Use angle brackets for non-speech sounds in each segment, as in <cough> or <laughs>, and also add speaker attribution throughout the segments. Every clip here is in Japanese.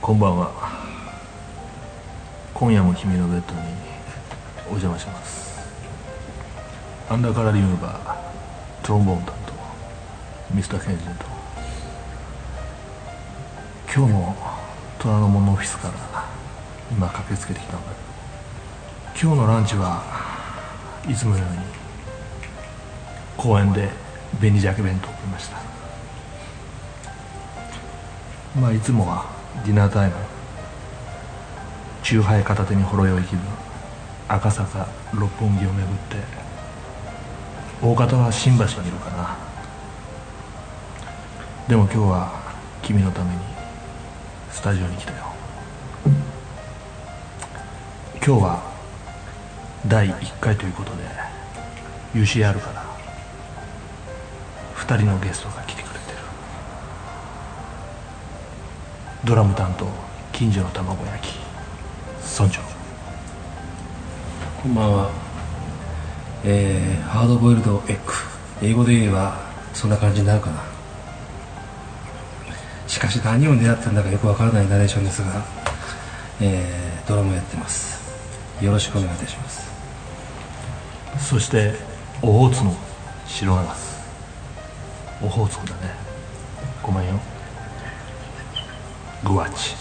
Speaker 1: こんばんは今夜も君のベッドにお邪魔しますアンダーカラーリムーバートロンボーン担当ミスターケンジンと今日も虎ノ門のオフィスから今駆けつけてきたんだけど今日のランチはいつものように公園で紅鮭弁当を食いましたまあいつもはディナータイムチューハイ片手にほろ酔い気分赤坂六本木を巡って大方は新橋にいるかなでも今日は君のためにスタジオに来たよ今日は第1回ということで UCR から2人のゲストが来てくれてるドラム担当近所の卵焼き村長
Speaker 2: こんばんは、えー、ハードボイルドエッグ英語で言えばそんな感じになるかなしかし何を狙ってるんだかよくわからないナレーションですが、えー、ドラムやってますよろしくお願いいたします
Speaker 1: そしてオホーツの白ナスオホーツクだねごめんよグワッチ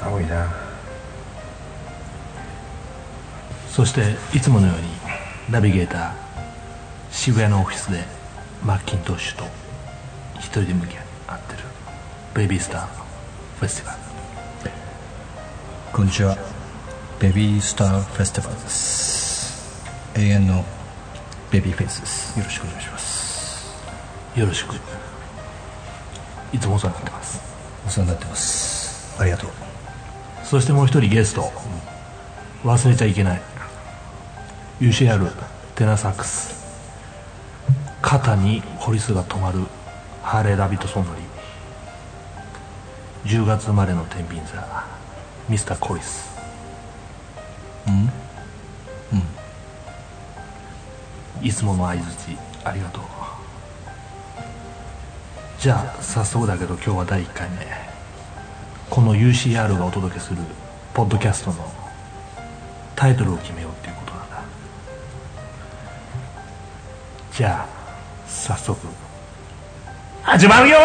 Speaker 3: 寒いな
Speaker 1: そしていつものようにナビゲーター渋谷のオフィスでマッキントッシュと一人で向き合ってるベイビースターフェスティバル
Speaker 4: こんにちはベビースターフェスティバルです永遠のベビーフェイスですよろしくお願いします
Speaker 1: よろしくいつもお世話になってます
Speaker 4: お世話になってますありがとう
Speaker 1: そしてもう一人ゲスト忘れちゃいけない UCR テナサックス肩にコリスが止まるハーレー・ラビットソン乗り10月生まれの天秤座ミスター・コリスうんうんいつもの相槌ありがとうじゃあ早速だけど今日は第1回目この UCR がお届けするポッドキャストのタイトルを決めようっていうことなんだじゃあ早速始まるよ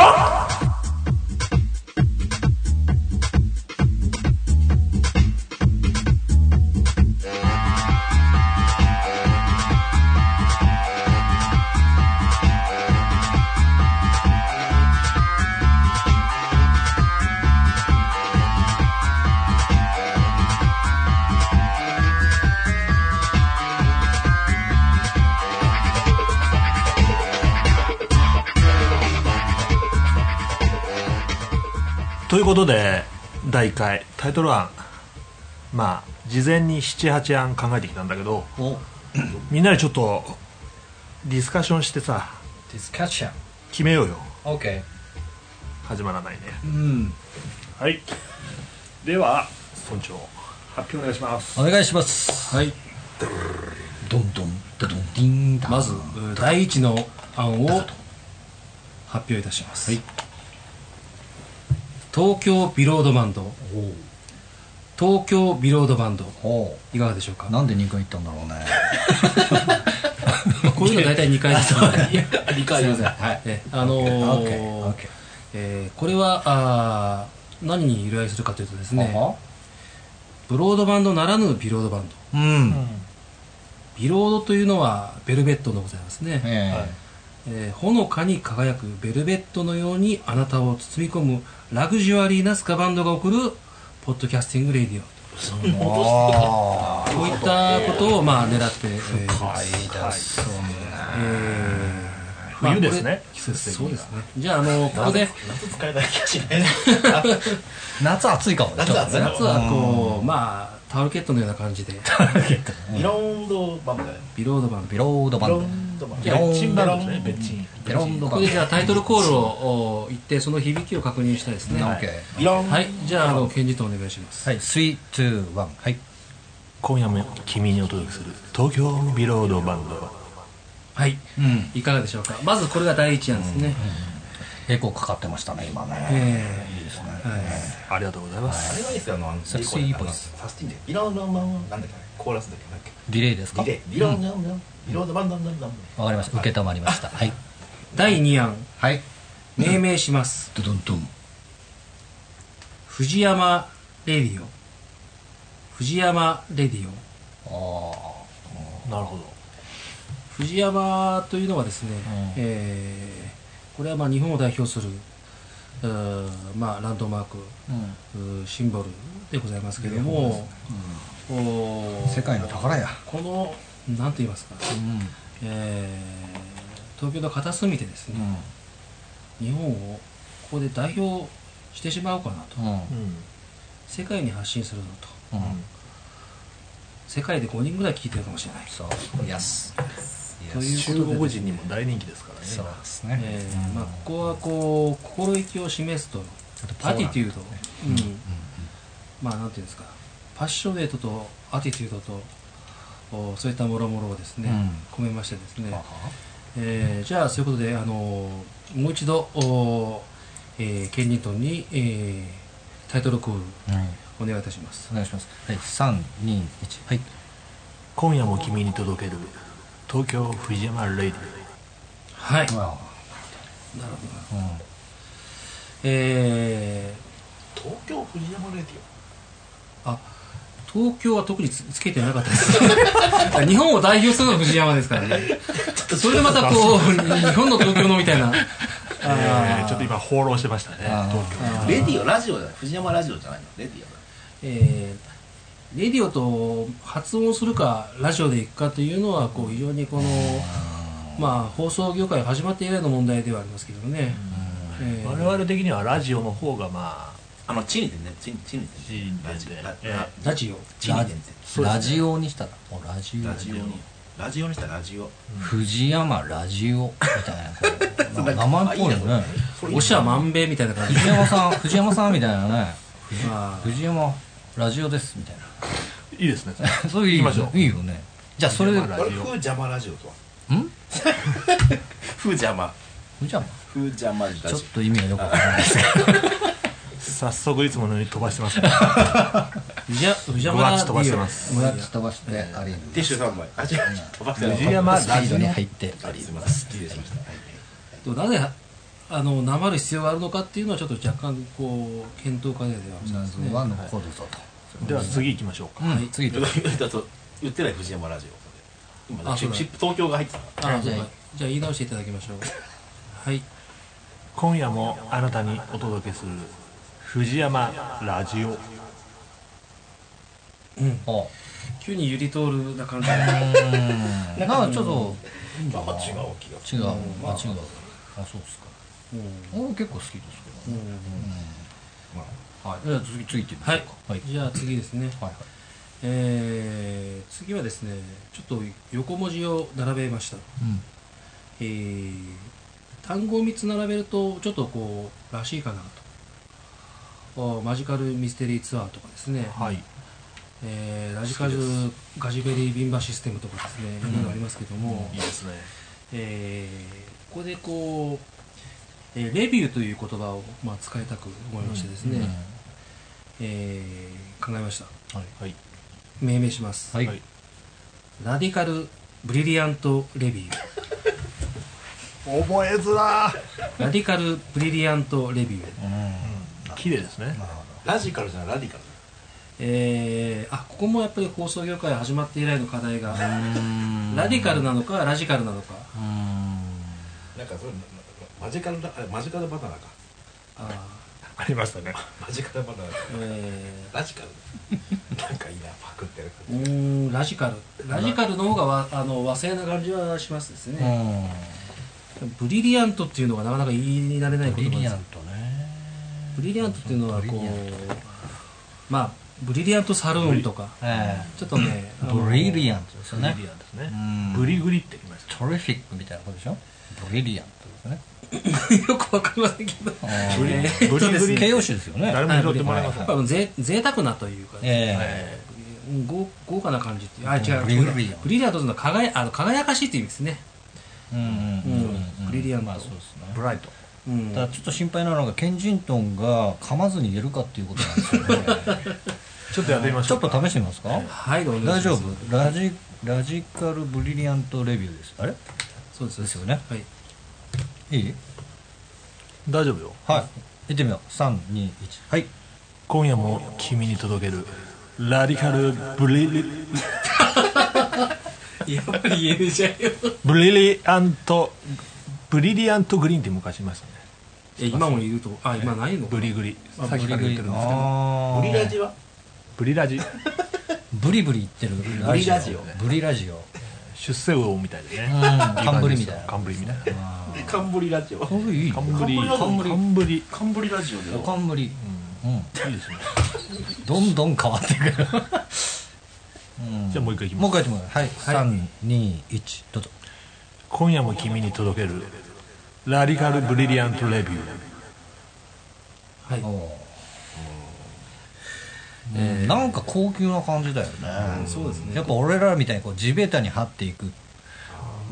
Speaker 1: ということで第1回タイトル案まあ事前に78案考えてきたんだけどみんなでちょっとディスカッションしてさ
Speaker 2: ディスカッション
Speaker 1: 決めようよ
Speaker 2: OK
Speaker 1: 始まらないね
Speaker 2: うん
Speaker 3: はいでは
Speaker 1: 村長
Speaker 3: 発表お願いします
Speaker 4: お願いします
Speaker 2: はい
Speaker 4: どんどんどどんディンダン
Speaker 2: まず第一の案を発表いたします、東京ビロードバンド東京ビロードバンド
Speaker 4: ほ
Speaker 2: いかがでしょうか
Speaker 4: うなんで2回行ったんだろうね
Speaker 2: こう <laughs> いうの大体2回です
Speaker 4: 2回
Speaker 2: すいま
Speaker 4: ま
Speaker 2: せん、はい <laughs> えあのー
Speaker 4: OKOK
Speaker 2: えーこれはあー何に由来するかというとですねブロードバンドならぬビロードバン
Speaker 4: う
Speaker 2: ド
Speaker 4: ん
Speaker 2: ビロードというのはベルベットのございますね、
Speaker 4: ええ
Speaker 2: えーほのかに輝くベルベットのようにあなたを包み込むラグジュアリーなスカバンドが送るポッドキャスティングレディオ
Speaker 4: あ
Speaker 2: こういったことをまあ狙って、えー
Speaker 4: あいいですね
Speaker 2: えー
Speaker 1: 冬ですね
Speaker 2: まあこれ
Speaker 1: 季節的に
Speaker 2: そうですねじゃああのここで
Speaker 3: 疲れた気がしない
Speaker 4: 夏暑いかもねちょっとね
Speaker 2: 夏はこうまあタオルケットのような感じで
Speaker 3: ビロンドバンドだね
Speaker 2: ビロードバン
Speaker 4: ビロードバ
Speaker 3: ビ
Speaker 4: ン
Speaker 3: ロ
Speaker 4: ド
Speaker 3: ンドバン
Speaker 2: い
Speaker 3: ド
Speaker 2: や
Speaker 3: ベッチンバンドねベッチン
Speaker 4: ビロードバ
Speaker 2: ここ
Speaker 4: ンド
Speaker 2: でじゃあタイトルコールをお言ってその響きを確認したいですね
Speaker 4: オ
Speaker 2: は
Speaker 4: ッケー
Speaker 3: ビロン
Speaker 2: いじゃああの検事とお願いします
Speaker 4: はい321はい
Speaker 1: 今夜も君にお届けする東京ビロードバンド
Speaker 2: はいいかがでしょうかまずこれが第一案ですね
Speaker 4: 結構かかってましたね今ね、
Speaker 2: え
Speaker 4: いいですね
Speaker 2: えはい
Speaker 1: ありがとうございます、
Speaker 3: あれはいいですよあのあの
Speaker 4: セクシーボイス
Speaker 3: ファスティンでいろんなもんなんだっけコーラスだっけなんだっ
Speaker 4: リレーですか
Speaker 3: けリレーいろんなもんいろんなもんなんだなんだ
Speaker 4: わかりました承りましたはい
Speaker 2: 第2案
Speaker 4: はい
Speaker 2: 命名します、
Speaker 4: ドドンドン
Speaker 2: 藤山レディオ藤山レディオ
Speaker 4: あ
Speaker 1: なるほど
Speaker 2: 藤山というのはですね、
Speaker 4: ん
Speaker 2: えーこれはまあ日本を代表するうーまあ、ランドマーク
Speaker 4: あ、うん
Speaker 2: うーシンボルでございますけれども、おー
Speaker 4: 世界の宝や
Speaker 2: この何と言いますか、
Speaker 4: うん
Speaker 2: えー東京の片隅でですね、日本をここで代表してしまおうかなと、
Speaker 4: うんうん
Speaker 1: うん
Speaker 2: 世界に発信するぞ
Speaker 4: う
Speaker 2: と
Speaker 4: ん
Speaker 2: 世界で5人ぐらい聞いてるかもしれない
Speaker 4: そうイエス
Speaker 2: ということで
Speaker 1: 中国人にも大人気ですからね
Speaker 4: そうですね、
Speaker 2: えーまあ、ここはこう心意気を示すとアティテュード、うんまあなんていうんですかパッショネートとアティテュードとおそういったもろもろをですね、込めましてですね、
Speaker 4: はは
Speaker 2: えーじゃあそういうことで、あのーもう一度お、えーケンニントンに、えータイトルコール
Speaker 4: うん
Speaker 2: お願いいたします
Speaker 4: お願いしますはい321はい
Speaker 1: 今夜も君に届ける東京藤山レイディ
Speaker 2: はい、
Speaker 4: う
Speaker 2: なる
Speaker 4: わ
Speaker 2: ほど
Speaker 4: うん
Speaker 2: え
Speaker 3: 東京藤山レディ
Speaker 2: ーあ東京は特につつけてなかったです日本を代表す <laughs> るのは藤山ですからねそれでまたこう日本の東京のみたいな
Speaker 1: オ、 <laughs> えーちょっと今放浪してましたね
Speaker 4: あー
Speaker 1: 東京
Speaker 2: あ
Speaker 3: オ
Speaker 2: ー
Speaker 3: レディオラジオだよ藤山ラジオじゃないのレディオだよ
Speaker 2: えーレディオと発音するかラジオで行くかというのはこう非常にこの、まあ、放送業界始まって以来の問題ではありますけどね、えー
Speaker 1: 我々的にはラジオの方がまあ
Speaker 3: あのチリでねチリチリ
Speaker 1: チリで
Speaker 3: ラジオラ
Speaker 1: ええ
Speaker 2: ラジオ
Speaker 3: チリでね
Speaker 1: そうですね
Speaker 4: ラジオにしたらもうラジオ
Speaker 3: ラジオにラジオにしたらラジオ
Speaker 4: 藤山ラジオみたいなこうなんか名前っぽいよね
Speaker 2: おしゃまんべみたい
Speaker 1: <laughs>
Speaker 2: な感じで、
Speaker 4: 藤山さん藤山さんみたいなね
Speaker 2: まあ、
Speaker 4: 藤山ラジオですみたい
Speaker 1: いいですね
Speaker 4: なそういういい
Speaker 1: 行きましょう
Speaker 4: いいよねじゃあそれでん
Speaker 1: 藤
Speaker 3: こ
Speaker 1: 山
Speaker 3: れ風邪魔ラジオとは風邪魔
Speaker 4: 藤山
Speaker 3: 風邪魔ラジオ
Speaker 4: ちょっと意味がよくわからないですけど
Speaker 1: 早速いつものように飛ばしてます <laughs> ね
Speaker 2: じゃ藤
Speaker 1: ごわ
Speaker 2: 山
Speaker 1: っち飛ばしてます
Speaker 4: 村地飛ばしてあり
Speaker 3: ティッシュ3枚あ違う飛ばして
Speaker 1: 藤
Speaker 3: なかっ
Speaker 1: 山
Speaker 4: スピ
Speaker 1: ラ
Speaker 4: ー
Speaker 1: ジ
Speaker 4: ド
Speaker 1: オ
Speaker 4: に入って
Speaker 3: たあすいません失礼しましたはい
Speaker 2: でもなぜあのなまる必要があるのかっていうのはちょっと若干こう検討会ではございますね、
Speaker 4: 謎は残るぞ
Speaker 1: では次行きましょう
Speaker 4: と
Speaker 1: か
Speaker 4: うん次どうぞ
Speaker 3: だと売ってない藤山ラジオ今
Speaker 2: あ
Speaker 3: ねチ
Speaker 2: そう
Speaker 3: ッ
Speaker 2: だ
Speaker 3: プチップ東京が入ってたから
Speaker 2: あ
Speaker 4: じ
Speaker 2: じ
Speaker 4: ゃ
Speaker 2: ゃ
Speaker 4: あ
Speaker 2: あじゃあ言い直していただきま <laughs> しょうはい
Speaker 1: 今夜もあなたにお届けする藤山ラジオ
Speaker 4: おう
Speaker 2: 急にゆりとおるな感じ
Speaker 4: ーんなんかちょっと
Speaker 3: まあまあ違う気が
Speaker 4: 違う、まあ、違うあそうですか俺結構好きですけどね、はい、じゃあ次次行ってみましょうか
Speaker 2: はい、 <laughs> じゃあ次ですね、
Speaker 4: はいはい
Speaker 2: えー次はですねちょっと横文字を並べました、えー単語を3つ並べるとちょっとこうらしいかなとあマジカルミステリーツアーとかですね、
Speaker 1: はい
Speaker 2: えーラジカルガジベリービンバシステムとかですねいろいろありますけども、
Speaker 1: いいですね
Speaker 2: えーここでこう、えーレビューという言葉を、まあ、使いたく思いましてですね、えー考えました
Speaker 1: はい
Speaker 2: 命名します、
Speaker 4: はい、
Speaker 1: はい
Speaker 2: ラディカルブリリアントレビュー
Speaker 1: 覚えづら
Speaker 2: ラディカルブリリアントレビュー、
Speaker 1: 綺麗ですね
Speaker 3: ラジカルじゃないラディカル
Speaker 2: えーあここもやっぱり放送業界始まって以来の課題がラディカルなのかラジカルなのか
Speaker 3: なんかそれななマジカルラあマジカルバナナか
Speaker 2: あ
Speaker 1: ありましたね
Speaker 3: マジカルバナナ
Speaker 2: ー、え
Speaker 3: ラジカルなんかいいなパクってる
Speaker 2: ーうーんラジカルラジカルの方がわあの和製な感じはしますですね、ブリリアントっていうのがなかなか言い慣れない
Speaker 4: ブ
Speaker 2: 言
Speaker 4: リ
Speaker 2: 葉
Speaker 4: リ
Speaker 2: です
Speaker 4: アントね
Speaker 2: ブリリアントっていうのはこ
Speaker 4: ブリリアン
Speaker 2: うまあブリリアントサルーンとか
Speaker 4: え
Speaker 2: ちょっとね
Speaker 4: えブリリアントですよ
Speaker 1: ブリ
Speaker 4: ね
Speaker 1: リアンですね
Speaker 4: うん
Speaker 1: グリグリってきました
Speaker 4: トリフィックみたいなことでしょブリリアントですね
Speaker 2: ントよくわかりませんけど
Speaker 4: あ
Speaker 1: ブリ
Speaker 4: ー
Speaker 1: ブリグリ
Speaker 4: 形容詞ですよね
Speaker 1: 誰も拾ってもらえません
Speaker 2: やっぱぜ贅沢なというかね
Speaker 4: え
Speaker 2: うん豪豪華な感じっていうあ違う
Speaker 4: ブリリアント
Speaker 2: 違うブリリアントっていうのは輝あの輝かしいっていう意味ですね
Speaker 4: えうんうんうんうん
Speaker 2: ブリリアント
Speaker 4: まあそうですね
Speaker 1: ブライト
Speaker 2: うん
Speaker 4: ただちょっと心配なのがケンジントンが噛まずに出るかっていうことなんですよね
Speaker 1: ちょっとやってみまし
Speaker 4: ち
Speaker 1: ょ
Speaker 4: ょ
Speaker 1: う
Speaker 4: っと試してみますか
Speaker 2: はいお願いしま
Speaker 4: 大
Speaker 2: す
Speaker 4: 丈夫ラジラジカルブリリアントレビューですあれ
Speaker 2: そうです
Speaker 4: ですよね
Speaker 2: はい
Speaker 4: いい
Speaker 1: 大丈夫よ
Speaker 4: はい行ってみよう321はい
Speaker 1: 今夜も君に届けるラディカルブリリ
Speaker 2: やっぱり言えるじゃんよ
Speaker 1: ブリリアントブリリアントグリーンって昔いましたね
Speaker 2: え今もいるとあ今ないのか
Speaker 1: ブリグリ
Speaker 4: あ
Speaker 1: さっきから言ってるんですけど
Speaker 4: あー
Speaker 3: ブリラジは
Speaker 1: ブリラジ
Speaker 4: ブリブリ言ってる
Speaker 3: ブリラジオ
Speaker 4: ブリラジオ
Speaker 1: 出世魚みたいでね
Speaker 4: 冠みたいな
Speaker 1: 冠みたいな
Speaker 3: カンブリラジオ
Speaker 4: これいいね
Speaker 1: 冠
Speaker 3: 冠
Speaker 1: 冠
Speaker 3: カンブリラジオで
Speaker 4: 冠う
Speaker 1: いいですね
Speaker 4: んどんどん変わっていくるうん
Speaker 1: じゃあもう一回いきます
Speaker 4: もう一回やってもらうはい321どうぞ
Speaker 1: 今夜も君に届けるラディカルブリリアントレビュー
Speaker 2: はい
Speaker 4: おーうんなんか高級な感じだよね
Speaker 2: そうですね
Speaker 4: やっぱ俺らみたいにこう地べたに張っていく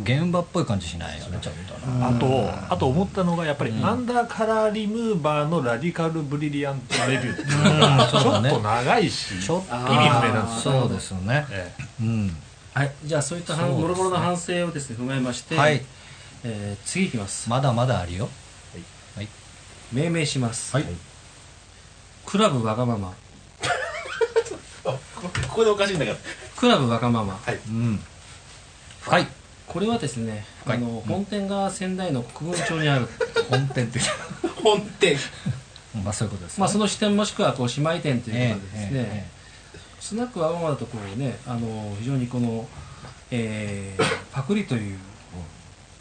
Speaker 4: 現場っぽい感じしないよねちょっとな
Speaker 1: あとあと思ったのがやっぱりアンダーカラーリムーバーのラディカルブリリアントレビューっていうのがち
Speaker 4: そう
Speaker 1: ょ
Speaker 4: だ
Speaker 1: っ
Speaker 4: ね
Speaker 1: と長いし
Speaker 4: ちょっと意
Speaker 1: 味不明なんですよ
Speaker 4: そうですよね
Speaker 1: ええ
Speaker 4: うん
Speaker 2: はい、じゃあそういった
Speaker 4: そうですね
Speaker 2: もろもろの反省をですね踏まえまして、
Speaker 4: はい
Speaker 2: えー次いきます、
Speaker 4: まだまだあるよはい
Speaker 2: 命名します、
Speaker 4: はい
Speaker 2: クラブわがまま
Speaker 3: あこここでおかしいんだけど
Speaker 2: クラブわがまま、
Speaker 4: うんはい
Speaker 2: これはですね、
Speaker 4: はい
Speaker 2: あの本店が仙台の国分町に
Speaker 4: <laughs>
Speaker 2: ある、
Speaker 4: 本店って
Speaker 3: 本店
Speaker 4: まあそういうことですね
Speaker 2: まあ、その支店もしくはこう姉妹店ということでですね、
Speaker 4: えええ
Speaker 2: スナックわがままだとこうねあの非常にこの、えーパクリという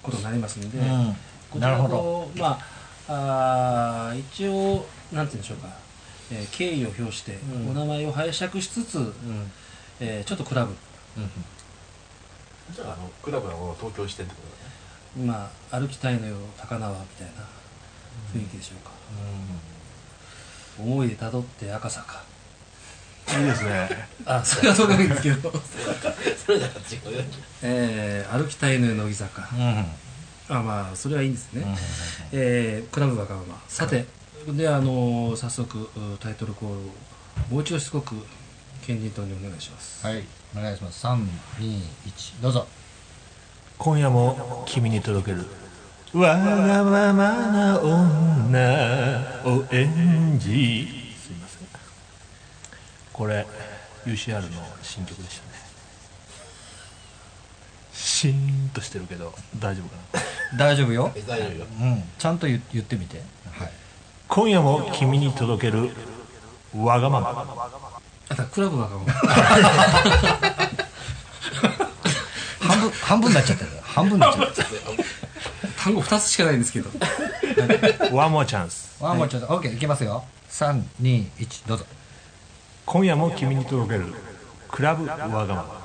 Speaker 2: ことになりますので、
Speaker 4: えう
Speaker 2: こ
Speaker 4: ん
Speaker 2: ち
Speaker 4: なる
Speaker 2: ら
Speaker 4: ほど
Speaker 2: こうまああー一応なんて言うんでしょうか、えー敬意を表して、
Speaker 4: うん
Speaker 2: お名前を拝借しつつ、
Speaker 4: うん
Speaker 2: えーちょっとクラブ
Speaker 3: じゃああのクラブはもう東京支店ってことだね
Speaker 2: まあ歩きたいのよ高輪みたいな雰囲気でしょうか、思い出たどって赤坂
Speaker 1: いいですね
Speaker 2: あそれはそうでもいいんですけど
Speaker 3: それだから違うよ
Speaker 2: えー歩きたいのよ乃木坂、
Speaker 4: うんうん
Speaker 2: あまあそれはいいんですね、
Speaker 4: うん
Speaker 2: えークラブわがままさてであのー早速うタイトルコールをもう一度しつこくケンジントンにお願いします
Speaker 4: はいお願いします321どうぞ
Speaker 1: 今夜も君に届けるわがままな女を演じすいませんこれ UCR の新曲でしたねシーンとしてるけど大丈夫かな
Speaker 4: 大丈夫よ
Speaker 3: え大丈夫よ
Speaker 4: うんちゃんと言言ってみてはい
Speaker 1: 今夜も君に届けるわがまま
Speaker 2: あだクラブわがまま
Speaker 4: 半分半分になっちゃったよ半分になっちゃった
Speaker 2: 単語2つし <laughs> かないんですけど
Speaker 1: ワンモアチャンス
Speaker 4: あもうちょっと OK いきますよ321どうぞ
Speaker 1: 今夜も君に届けるクラブわがまま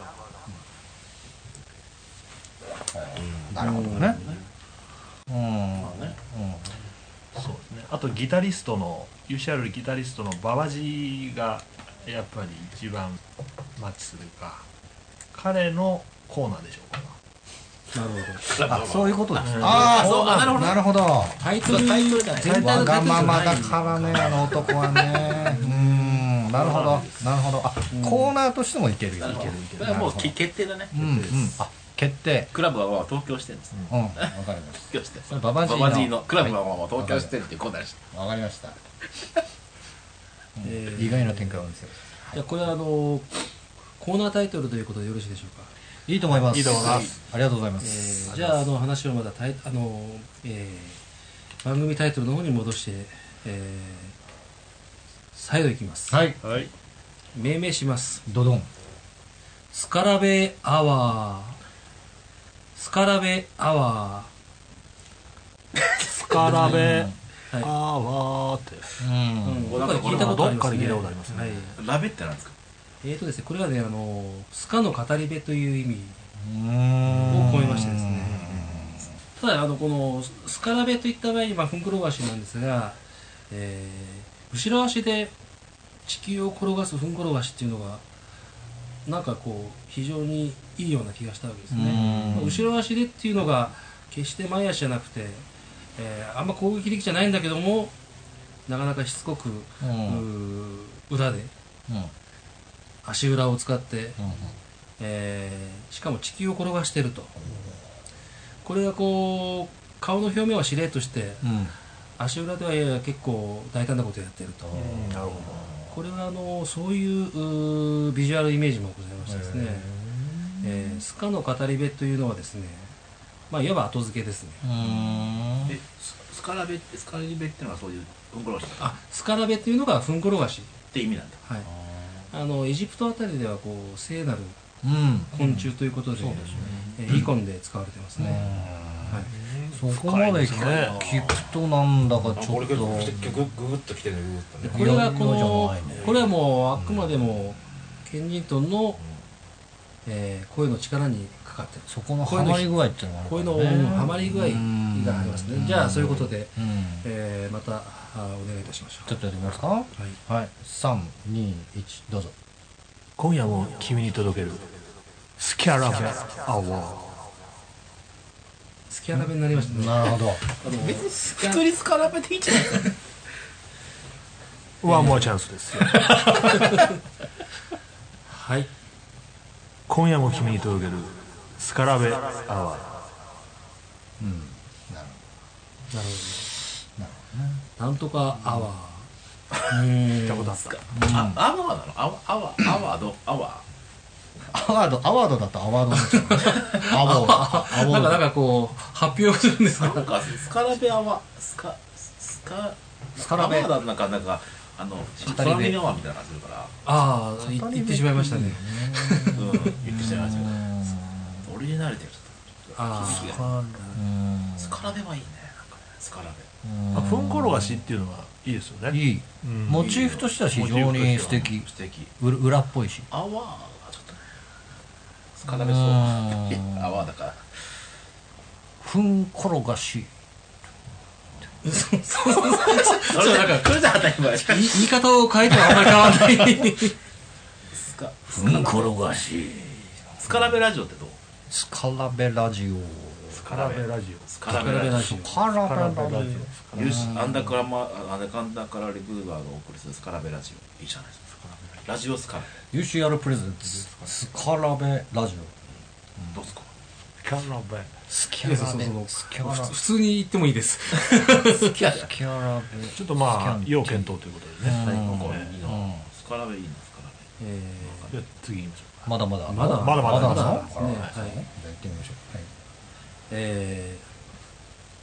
Speaker 4: なるほどねうんうん
Speaker 1: そうですねあとギタリストの UCR ギタリストの馬場ジがやっぱり一番マッチするか彼のコーナーでしょうか
Speaker 2: なるほど
Speaker 4: あそういうことですね
Speaker 3: あーそうあなるほど
Speaker 4: なるほど
Speaker 2: タイトルタイトルじゃない全体
Speaker 4: わ
Speaker 2: のタ
Speaker 4: が
Speaker 2: イトルじ
Speaker 4: ま
Speaker 2: ゃ
Speaker 4: ま
Speaker 2: な
Speaker 4: だ
Speaker 2: い
Speaker 4: からねあの男はねうーんなるほどなるほどあコーナーとしてもいけるよいけるいけ
Speaker 5: こ
Speaker 4: る
Speaker 5: れは
Speaker 4: な
Speaker 5: もう
Speaker 4: るほど
Speaker 5: き決定だね
Speaker 4: うんうんあ決定
Speaker 5: クラブはもう東京支店ですね
Speaker 4: うんわかりまし
Speaker 5: 東京支
Speaker 4: それ
Speaker 5: 店
Speaker 4: ババジーの
Speaker 5: クラブはもう東京支店っていうコーナーでした
Speaker 4: たわかりました
Speaker 2: えー
Speaker 4: 意外な展開を見せる
Speaker 2: じゃあこれはあのーコーナータイトルということでよろしいでしょうか
Speaker 4: いいと思います
Speaker 1: いいと思います
Speaker 4: ありがとうございま
Speaker 2: え
Speaker 4: す
Speaker 2: ーじゃああの話をまだタイあの、えー番組タイトルの方に戻して、えー再度いきます、
Speaker 4: はい
Speaker 1: はい
Speaker 2: 命名します
Speaker 4: ドドン
Speaker 2: スカラベアワースカラベアワ
Speaker 1: スカラベ
Speaker 2: ー、は
Speaker 1: あわーって
Speaker 4: うん
Speaker 2: いうん、
Speaker 5: ん
Speaker 2: どっかで聞いたことありま
Speaker 1: ど
Speaker 2: すね
Speaker 1: っかで聞いたことありますね
Speaker 2: はい、
Speaker 5: ラベってなんですか
Speaker 2: えーとですねこれはねあのスカの語り部という意味
Speaker 4: を
Speaker 2: を超えましてですねただあのこのススカラベといった場合にまあフンクロワシなんですが、えー後ろ足で地球を転がすフンクロワシっていうのがなんかこう非常にいいような気がしたわけですね
Speaker 4: うん
Speaker 2: まあ後ろ足でっていうのが決して前足じゃなくて、えーあんま攻撃的じゃないんだけどもなかなかしつこく、
Speaker 4: うんうん
Speaker 2: うー裏で
Speaker 4: うん
Speaker 2: 足裏を使って、
Speaker 4: うん
Speaker 2: えーしかも地球を転がしてるとこれがこう顔の表面は司令として
Speaker 4: うん
Speaker 2: 足裏ではやや結構大胆なことをやってると
Speaker 1: なるほ
Speaker 2: これはあのそういううービジュアルイメージもございましてですね、えースカの語り部というのはですね、まあ、いわば後付けですね
Speaker 4: うん
Speaker 5: えススカラベってスカラベってのはそういううんころしっ
Speaker 2: あスカラベというのがふんころがし、
Speaker 5: て意味なんだ
Speaker 2: はい、あのエジプトあたりではこう聖なる
Speaker 4: うん
Speaker 2: 昆虫ということで,、
Speaker 4: そうですね
Speaker 2: えーイコンで使われてますね、はい、
Speaker 4: そこまで聞く聞くとなんだか
Speaker 3: あ
Speaker 4: ちょ
Speaker 3: これ
Speaker 4: っ
Speaker 3: がグ
Speaker 4: と
Speaker 3: グググッときてるググッと
Speaker 2: で
Speaker 3: ね
Speaker 2: これがこ
Speaker 4: いやい
Speaker 2: の、
Speaker 4: やじゃないね
Speaker 2: これはもうあくまでもケンジントンの、えー声の力にかかってる
Speaker 4: そこのハマり具合っていうのがある
Speaker 2: 声
Speaker 4: から
Speaker 2: の、
Speaker 4: ね
Speaker 2: うんハマり具合
Speaker 4: うん
Speaker 2: がありますねじゃあそういうことで、
Speaker 4: うん
Speaker 2: えーまたあお願いいたしましょう
Speaker 4: ちょっとやってみますかはい、321どうぞ
Speaker 1: 今夜も君に届けるスキャラベアワ
Speaker 2: スキャラベになりましたね、
Speaker 4: なるほど
Speaker 2: あの
Speaker 5: 別に普通にスカラベっていいじゃないですか
Speaker 1: ーワンモアチャンスですよ
Speaker 2: はい
Speaker 1: 今夜も君に届けるスカラベアワー
Speaker 2: なるほどなんとかアワーうん
Speaker 1: 聞いたことあった
Speaker 5: あアワーなのアワアワアワードアワ
Speaker 4: アワードアワードだとアワードになっちゃうねアワードアワ
Speaker 2: <laughs> なんかな
Speaker 4: ー
Speaker 2: ん
Speaker 4: ド
Speaker 2: かこう発表するんです
Speaker 5: ーな
Speaker 2: か
Speaker 5: んかスカラベアワスカスカ
Speaker 4: スカラベ
Speaker 5: アワーだとなんかなんかあの
Speaker 4: 部
Speaker 5: 空耳アワーみたいな感じするから
Speaker 2: ああい言ってしまいましたね
Speaker 5: うん言ってしまいましたねオリジナリティがちょっと
Speaker 2: あー
Speaker 5: 響きが
Speaker 4: うん
Speaker 5: スカラベはいいねなんかねスカラベ
Speaker 1: あふんころがしっていうのはいいですよね
Speaker 4: いい
Speaker 1: うん
Speaker 4: モチーフとしては非常に素敵
Speaker 5: 素敵
Speaker 4: うら裏っぽいし
Speaker 5: アワーがちょっとねスカラベそう
Speaker 4: うん
Speaker 5: アワーだから
Speaker 4: ふんころがし
Speaker 2: そうそうそう
Speaker 5: それなんかそれじゃ当たり前
Speaker 2: 言い言い方を変えてもあんまり変わんない
Speaker 5: スカ
Speaker 4: ふんころがし
Speaker 5: スカラベラジオってどう
Speaker 4: スカラベラジオ
Speaker 5: ス
Speaker 1: カラベラジオ
Speaker 5: スカラベラジオ
Speaker 2: ジ
Speaker 4: スカラ
Speaker 1: スカ
Speaker 4: ベ
Speaker 1: ラ
Speaker 4: ラ
Speaker 1: ベラ
Speaker 4: ジ
Speaker 1: ジ
Speaker 4: オ
Speaker 1: オ
Speaker 5: よし、アンダカラマ、あアンダカンダカラリブーバーがお送りするスカラベラジオ。いいじゃないですか。ラジオスカラベ。
Speaker 4: UCR プレゼンツスカラベラジオ
Speaker 5: どうすか。
Speaker 1: スカラベ
Speaker 4: スキャ
Speaker 2: いや
Speaker 4: ラ
Speaker 2: そうそう
Speaker 4: ベ
Speaker 2: そ
Speaker 4: ス
Speaker 2: う
Speaker 4: キャラ
Speaker 2: 普通に言ってもいいです
Speaker 4: スキャラベ
Speaker 1: ちょっとまあ
Speaker 4: スキャン
Speaker 1: 要検討ということでね
Speaker 5: はい、
Speaker 4: うん
Speaker 5: なんかいいな
Speaker 4: うん。
Speaker 5: スカラベいいな、スカラベ。
Speaker 2: え
Speaker 1: じゃあ次いきましょう
Speaker 4: まだまだ
Speaker 2: まだ
Speaker 1: まだまだ
Speaker 4: まだまだ
Speaker 2: ですねはい
Speaker 4: じゃあ行ってみましょうはい
Speaker 2: え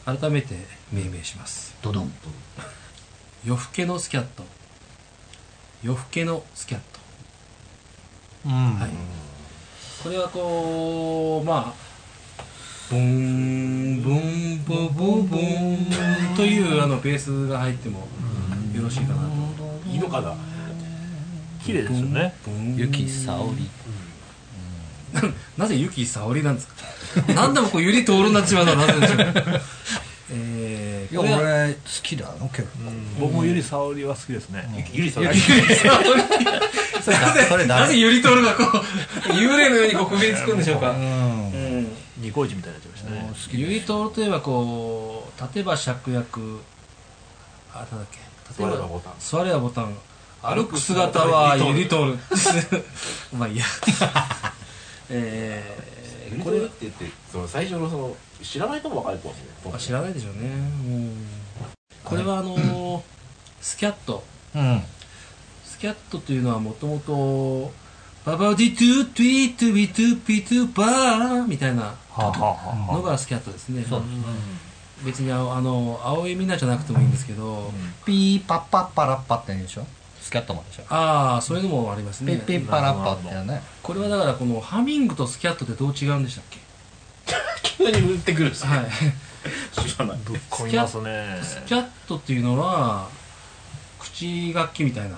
Speaker 2: ー改めて命名します
Speaker 4: ドドン
Speaker 2: 夜更けのスキャット夜更けのスキャット
Speaker 4: うん
Speaker 2: はい、これはこうまあボンボンボボボンというあのベースが入ってもよろしいかなと
Speaker 3: いいのかな
Speaker 1: 綺麗ですよね
Speaker 2: ボン
Speaker 4: ゆきさおり
Speaker 2: なぜユキ沙織なんですかなんでもこうゆりとおるなっちまうのはなぜでしょう <laughs> え
Speaker 4: い
Speaker 2: ー
Speaker 4: や
Speaker 2: これは
Speaker 4: 俺好きだの結構
Speaker 1: 僕もゆりさおりは好きですね
Speaker 5: ゆりさん。
Speaker 4: それ誰それ
Speaker 2: なぜ
Speaker 4: 誰
Speaker 2: ゆりとおるがこう幽霊のようにこう首につくんでしょう
Speaker 4: う
Speaker 2: <laughs> か、
Speaker 4: ん
Speaker 2: うん、
Speaker 1: ニコイチみたいになっちゃいましたね
Speaker 4: 好き
Speaker 2: ゆりとおるといえばこう立てば芍薬あなんだっけ
Speaker 3: 座ればボタン
Speaker 2: 座ればボタン歩く姿はゆりとおる <laughs> まあいいやえー、
Speaker 3: こ
Speaker 2: こ
Speaker 3: れ
Speaker 2: れ
Speaker 3: って言ってその最初のその知らないかも分かるかもしれな
Speaker 2: あ
Speaker 3: い
Speaker 2: 知らないでしょうね、うんこれはあのースキャット
Speaker 4: うん
Speaker 2: スキャットというのはもともとババディトゥトゥイトゥビトゥピトゥバーみたいな
Speaker 1: はあはあは
Speaker 2: のがスキャットですね別にあのあの青いみんなじゃなくてもいいんですけど、
Speaker 4: ピーパッパッパラッパって言うんでしょスキャットマンでしょ
Speaker 2: ああそういうのもあります
Speaker 4: ピ
Speaker 2: ね
Speaker 4: ッピッパラッパってね
Speaker 2: これはだからこのハミングとスキャットってどう違うんでしたっけ
Speaker 5: 急に売ってくるし。
Speaker 2: はい
Speaker 5: 知らない。
Speaker 1: ぶっ込みますね
Speaker 2: <laughs> スキャットっていうのは口楽器みたいな、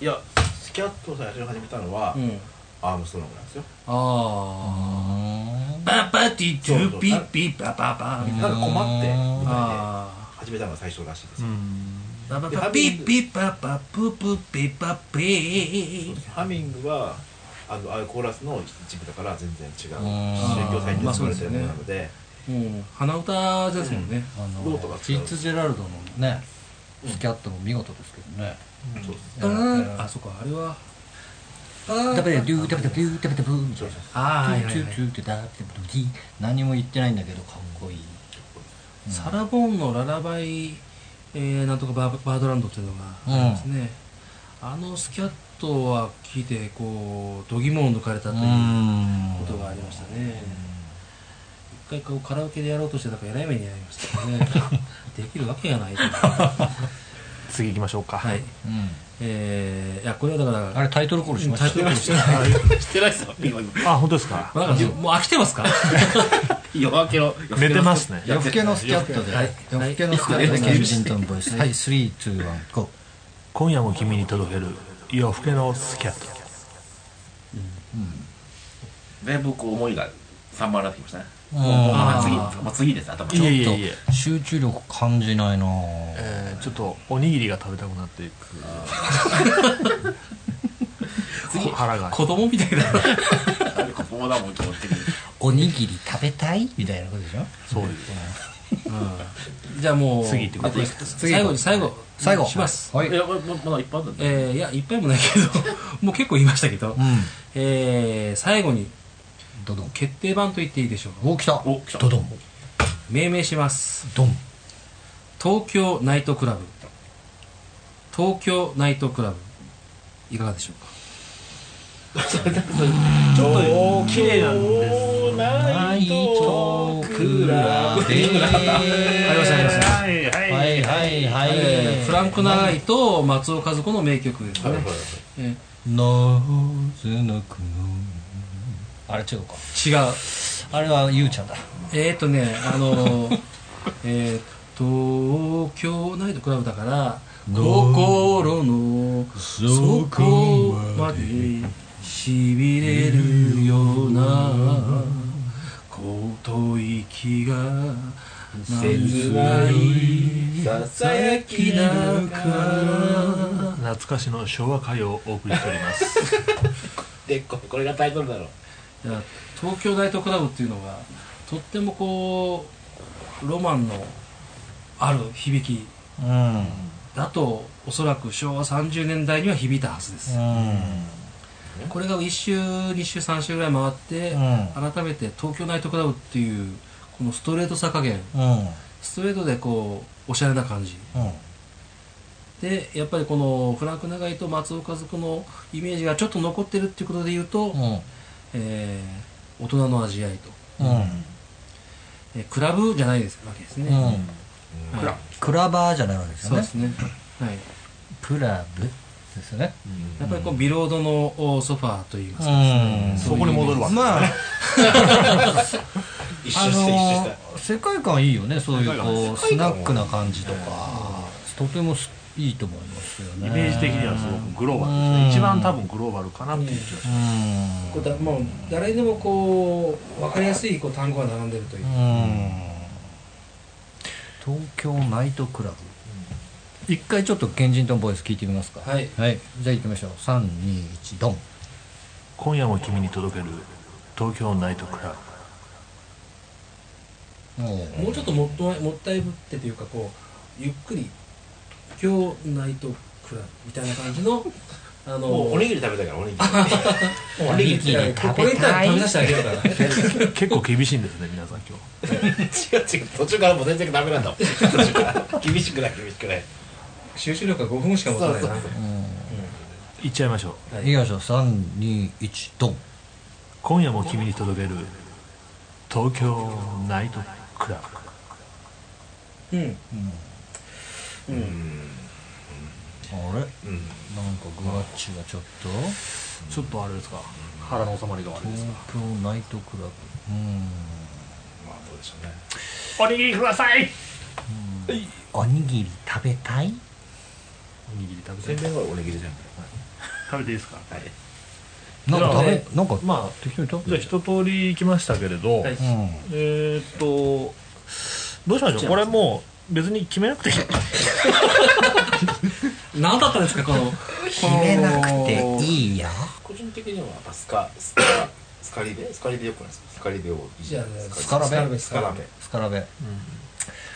Speaker 3: いやスキャットを最初に始めたのは、
Speaker 2: うん、
Speaker 3: アームストロングなんですよ
Speaker 2: ああパパティトゥピッピッパパパみたい
Speaker 3: な
Speaker 2: な
Speaker 3: んか困ってみたいで
Speaker 2: ああ
Speaker 3: 始めたのが最初らしいです
Speaker 1: う
Speaker 3: よ、
Speaker 1: ん
Speaker 2: パパパピッピッパパププピッパピー
Speaker 3: ハミングはあのああいうコーラスの一部だから全然違う宗
Speaker 4: ん
Speaker 3: 教祭に使われてるものなので,、
Speaker 2: もう鼻歌ですもんね、
Speaker 4: あの
Speaker 3: ノートが
Speaker 4: フィッツジェラルドのねスキャットも見事ですけどね、
Speaker 3: そうです
Speaker 2: あ
Speaker 4: うん
Speaker 2: ーあそっかあれは
Speaker 4: 食べてドゥー食べてドゥー食べてブーみたいな
Speaker 2: あーはいはいはい
Speaker 4: トゥートゥートゥーダーってブギー何も言ってないんだけどかっこいい
Speaker 2: サラボーンのララバイ、えーなんとかバーバードランドっていうのがありますね、あのスキャットは聞いてこう度肝を抜かれたとい
Speaker 4: う
Speaker 2: う
Speaker 4: ん
Speaker 2: ことがありましたね一回こうカラオケでやろうとしてなんかえらい目に遭いましたからね
Speaker 4: <laughs>
Speaker 2: できるわけがないと思って
Speaker 1: 次行きましょうか
Speaker 2: はいえー、いやこれはだから
Speaker 4: あれタイトルコールしま
Speaker 2: タイ
Speaker 4: し
Speaker 2: ト
Speaker 4: た
Speaker 2: ルコールしてない
Speaker 5: してないっすよ今今
Speaker 1: あ本当ですか
Speaker 2: だからもう飽きてますか <laughs>
Speaker 5: 夜明けの
Speaker 1: 寝てますね
Speaker 4: 夜更けのスキャットで
Speaker 2: はい
Speaker 4: 夜更けのスキャットでケンジントンボイスはい321ゴー
Speaker 1: 今夜も君に届ける夜更けのスキャット
Speaker 5: だいぶこう思いが散漫になってきましたね
Speaker 4: うん
Speaker 5: あー次もう次です頭
Speaker 1: いえいえ
Speaker 4: ちょっと集中力感じないなぁ
Speaker 1: えーちょっとおにぎりが食べたくなってい <laughs> くほ腹が
Speaker 2: 子供みたいな
Speaker 5: 子供だもん気持ち的に
Speaker 4: おにぎり食べたいみたいなことでしょ
Speaker 1: そういう
Speaker 2: じゃあもう
Speaker 1: 次行ってください
Speaker 2: えと最後に最後
Speaker 4: 最後
Speaker 2: します、
Speaker 4: はい
Speaker 5: いやままだいっぱいあったんだ
Speaker 2: えーいやいっぱいもないけど <laughs> もう結構言いましたけど、
Speaker 4: うん
Speaker 2: えー最後に
Speaker 4: ドドン
Speaker 2: 決定版と言っていいでしょう
Speaker 4: お来た
Speaker 5: お来た
Speaker 4: ドドン
Speaker 2: 命名します
Speaker 4: ドン
Speaker 2: 東京ナイトクラブ東京ナイトクラブいかがでしょうか
Speaker 1: ちょっと綺麗なんです
Speaker 4: ナイトクラブ
Speaker 2: ありましたありました
Speaker 1: いは
Speaker 4: はいはいはい、
Speaker 2: えーフランク・長井と松尾和子の名曲ですね、え
Speaker 4: なぜなくあれ違うか
Speaker 2: ー違う
Speaker 4: あれはゆうちゃんだ
Speaker 2: えー、っとねあのー <laughs> えー、東京ナイトクラブだから心の底までしびれるようなこと息が切ない
Speaker 3: さ
Speaker 2: さやきなから
Speaker 1: 懐かしの昭和歌謡をお送りしております
Speaker 5: でここれがタイトルだろう
Speaker 2: いや東京ナイトクラブっていうのがとってもこうロマンのある響き
Speaker 4: うんうん
Speaker 2: だとおそらく昭和30年代には響いたはずです、これが1周2周3周ぐらい回って、
Speaker 4: うん
Speaker 2: 改めて東京ナイトクラブっていうこのストレートさ加減
Speaker 4: うん
Speaker 2: ストレートでこうおしゃれな感じ
Speaker 4: うん
Speaker 2: でやっぱりこのフランク長井と松岡和子のイメージがちょっと残ってるっていうことで言うと、
Speaker 4: うん
Speaker 2: えー大人の味合いと、
Speaker 4: うん
Speaker 2: えークラブじゃないですわけですね、
Speaker 4: うん
Speaker 2: はい
Speaker 4: クラバーじゃないわけです
Speaker 2: そ
Speaker 4: よ
Speaker 2: うで
Speaker 4: ね
Speaker 2: すね、はい、
Speaker 4: プラブですよね
Speaker 2: やっぱりこうビロードのおソファーといいますか
Speaker 4: うん
Speaker 1: そこに戻るわ
Speaker 4: まあ
Speaker 3: 一周して
Speaker 4: あ
Speaker 3: 一周し
Speaker 4: の
Speaker 3: た
Speaker 4: 世界観いいよねそういうこうス
Speaker 3: 世界
Speaker 4: ナ
Speaker 3: 観
Speaker 4: ックな感じとかとてもすいいと思いますよね
Speaker 1: イメージ的にはすごくグローバル
Speaker 4: うん
Speaker 1: ですね一番多分グローバルかなっていう気がし
Speaker 4: う
Speaker 1: ま
Speaker 4: ん
Speaker 2: こうだもう誰でもこう分かりやすいこう単語が並んでるという
Speaker 4: う、ん東京ナイトクラブ一回ちょっとケンジントンボイス聞いてみますか
Speaker 2: はい
Speaker 4: じゃあ行きましょう321ドン
Speaker 1: す今夜も君に届ける東京ナイトクラブ
Speaker 2: もうちょっともったいもったいぶってというかこうゆっくり「今日ナイトクラブ」みたいな感じのあの
Speaker 3: もうおにぎり食べたからおにぎり
Speaker 2: おにぎりってこれこれ言ったら食べさせてあげるからね
Speaker 1: 結構厳しいんですね皆さん今日
Speaker 3: 違う違う途中からもう全然ダメなんだもん途中から <laughs> 厳しくない厳しくない
Speaker 2: 収集力が5分しか持たないな
Speaker 3: そうそう
Speaker 1: 行っちゃいましょう
Speaker 4: 行きましょう321ドン
Speaker 1: 今夜も君に届ける東京ナイトクラブ
Speaker 2: うんうん
Speaker 4: あれなんか
Speaker 3: うん
Speaker 4: グワッチがちょっと
Speaker 1: ちょっとあれですか腹の収まりが悪いです
Speaker 4: 東
Speaker 1: か
Speaker 4: 京ナイトクラブうん
Speaker 3: まあどうでしょうね
Speaker 1: おにぎりください
Speaker 4: おにぎり食べたい
Speaker 1: おにぎり食べて
Speaker 3: 全然これおにぎりじゃん
Speaker 1: 食べていいですか
Speaker 3: はい
Speaker 4: なんかダメ
Speaker 1: で
Speaker 4: なんか
Speaker 1: ま
Speaker 4: 適当に食
Speaker 1: あじゃ
Speaker 4: べ
Speaker 1: あ
Speaker 4: て
Speaker 1: 一通り行きましたけれど、
Speaker 2: はい
Speaker 4: うん
Speaker 1: えー、っとどうしましょうこれもう別に決めなくていい
Speaker 2: 何だったんですかこの
Speaker 4: 決めなくて
Speaker 2: い
Speaker 4: いいよ
Speaker 3: 個人的にはやっぱスカスカスカリベスカリベよくないですかスカリベをいいじゃないですか
Speaker 4: スカラベ
Speaker 3: スカラベ
Speaker 4: スカラベ
Speaker 3: ス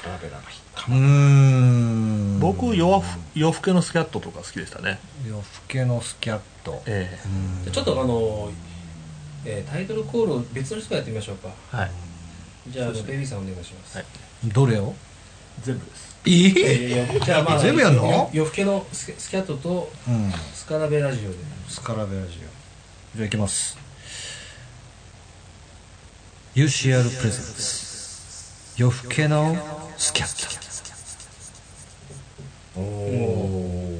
Speaker 3: カラベなんか
Speaker 4: うーん
Speaker 1: 僕洋服洋服系のスキャットとか好きでしたね
Speaker 4: 夜更けのスキャット
Speaker 1: え
Speaker 4: うーん
Speaker 2: じゃあちょっとあの、えータイトルコールを別の人がやってみましょうか
Speaker 1: えはい
Speaker 2: じゃああのベビーさんお願いします、
Speaker 1: はい
Speaker 4: どれを
Speaker 1: 全部です
Speaker 4: え
Speaker 2: えーよじゃあまあ
Speaker 4: 全部やんの
Speaker 2: よ夜更けのスケスキャットと
Speaker 4: うん
Speaker 2: スカラベラジオで
Speaker 4: スカラベラジオじゃあいきます UCR プレゼンツ夜更けのスキャッ
Speaker 3: おお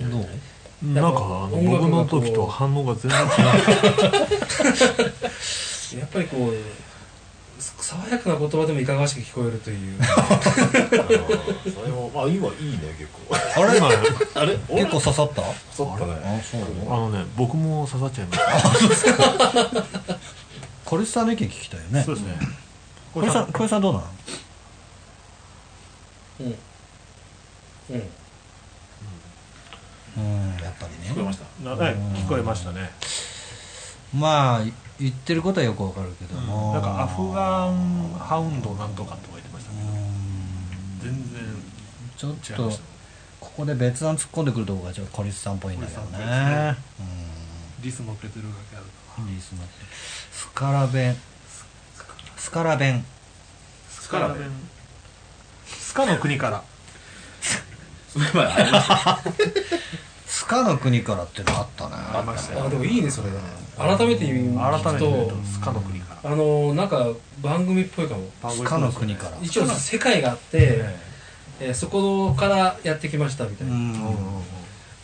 Speaker 4: トどう
Speaker 1: なんかあの
Speaker 2: 音楽が
Speaker 1: 僕の時と反応が全然違う
Speaker 2: やっぱりこうす爽やかな言葉でもいかがわしく聞こえるという
Speaker 3: それもまあ今いいね結構
Speaker 4: あれ
Speaker 3: あれ
Speaker 4: 結構刺さった
Speaker 3: そったね
Speaker 4: あそう
Speaker 1: <laughs> あのね僕も刺さっちゃいまし
Speaker 4: カリスさんの意見聞きたいよ
Speaker 1: た
Speaker 4: ね
Speaker 1: そうですね
Speaker 4: カリスさんカリスさんどうなの
Speaker 2: うんうん
Speaker 4: うんやっぱりね
Speaker 5: 聞こえました
Speaker 1: なええ聞こえましたね
Speaker 4: まあ言ってることはよくわかるけども
Speaker 1: なんかアフガンハウンドなんとかとか言ってました
Speaker 4: う
Speaker 1: ね
Speaker 4: ん
Speaker 1: 全然
Speaker 4: ちょっ
Speaker 1: 違いま
Speaker 4: と
Speaker 1: した
Speaker 4: ここで別案突っ込んでくるとこがちょっとカリスさんっぽいんだけど
Speaker 1: カリスさんっぽい
Speaker 4: ね
Speaker 1: でリスもペテルがけある
Speaker 4: うんリスナーってスカラ弁スカラ弁
Speaker 1: ス
Speaker 5: カラベン
Speaker 1: スカの国から
Speaker 4: スカの国からってのあったね
Speaker 1: ありました
Speaker 2: あ
Speaker 1: よ
Speaker 2: でもいいねそれ改めて言う
Speaker 1: 改めて言う
Speaker 2: と
Speaker 1: とスカの国から
Speaker 2: あのーなんか番組っぽいかも
Speaker 4: スカの国から
Speaker 2: 一応世界があって、えーそこからやってきましたみた
Speaker 4: う
Speaker 2: いな、
Speaker 4: ん
Speaker 2: あ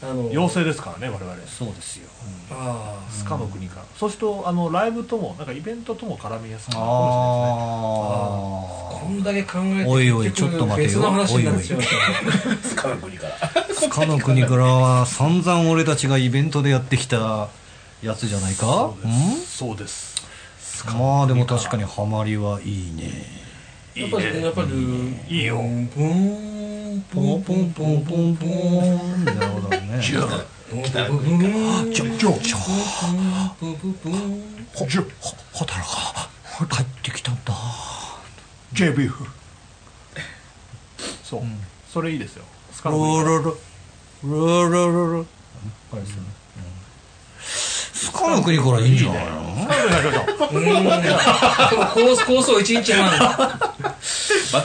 Speaker 2: のー
Speaker 1: 妖精ですからね我々
Speaker 4: そうですよ
Speaker 2: ああ
Speaker 1: スカの国からそうするとあのライブともなんかイベントとも絡みやすくなるかも
Speaker 4: あ
Speaker 2: こんだけ考えて
Speaker 4: おいおい
Speaker 2: 結局
Speaker 4: ちょっと待てよ
Speaker 2: 別の話になってしまった
Speaker 5: スカラベリから
Speaker 4: あスカの国からは散々俺たちがイベントでやってきたやつじゃないか
Speaker 1: しれ
Speaker 4: う
Speaker 1: ない
Speaker 4: ん
Speaker 1: ですねそうです
Speaker 4: まあでも確かにハマりはいいね
Speaker 2: やっぱりやっぱり
Speaker 1: いいよ
Speaker 2: ポンポ
Speaker 4: ポン
Speaker 2: ン
Speaker 4: ポンポンポンポンなるほどね
Speaker 1: ジュー
Speaker 2: ポンポン
Speaker 4: ちょちょちょ
Speaker 2: ポンポンポンポン
Speaker 1: ジュー
Speaker 4: ホタルが帰ってきたんだ
Speaker 1: J ビーフ <laughs> そうそれいいですよスカの国
Speaker 4: ロ
Speaker 1: から
Speaker 4: ロロロロロロスカの国からいいんじゃないの
Speaker 2: でもコース構想1日半
Speaker 5: <laughs>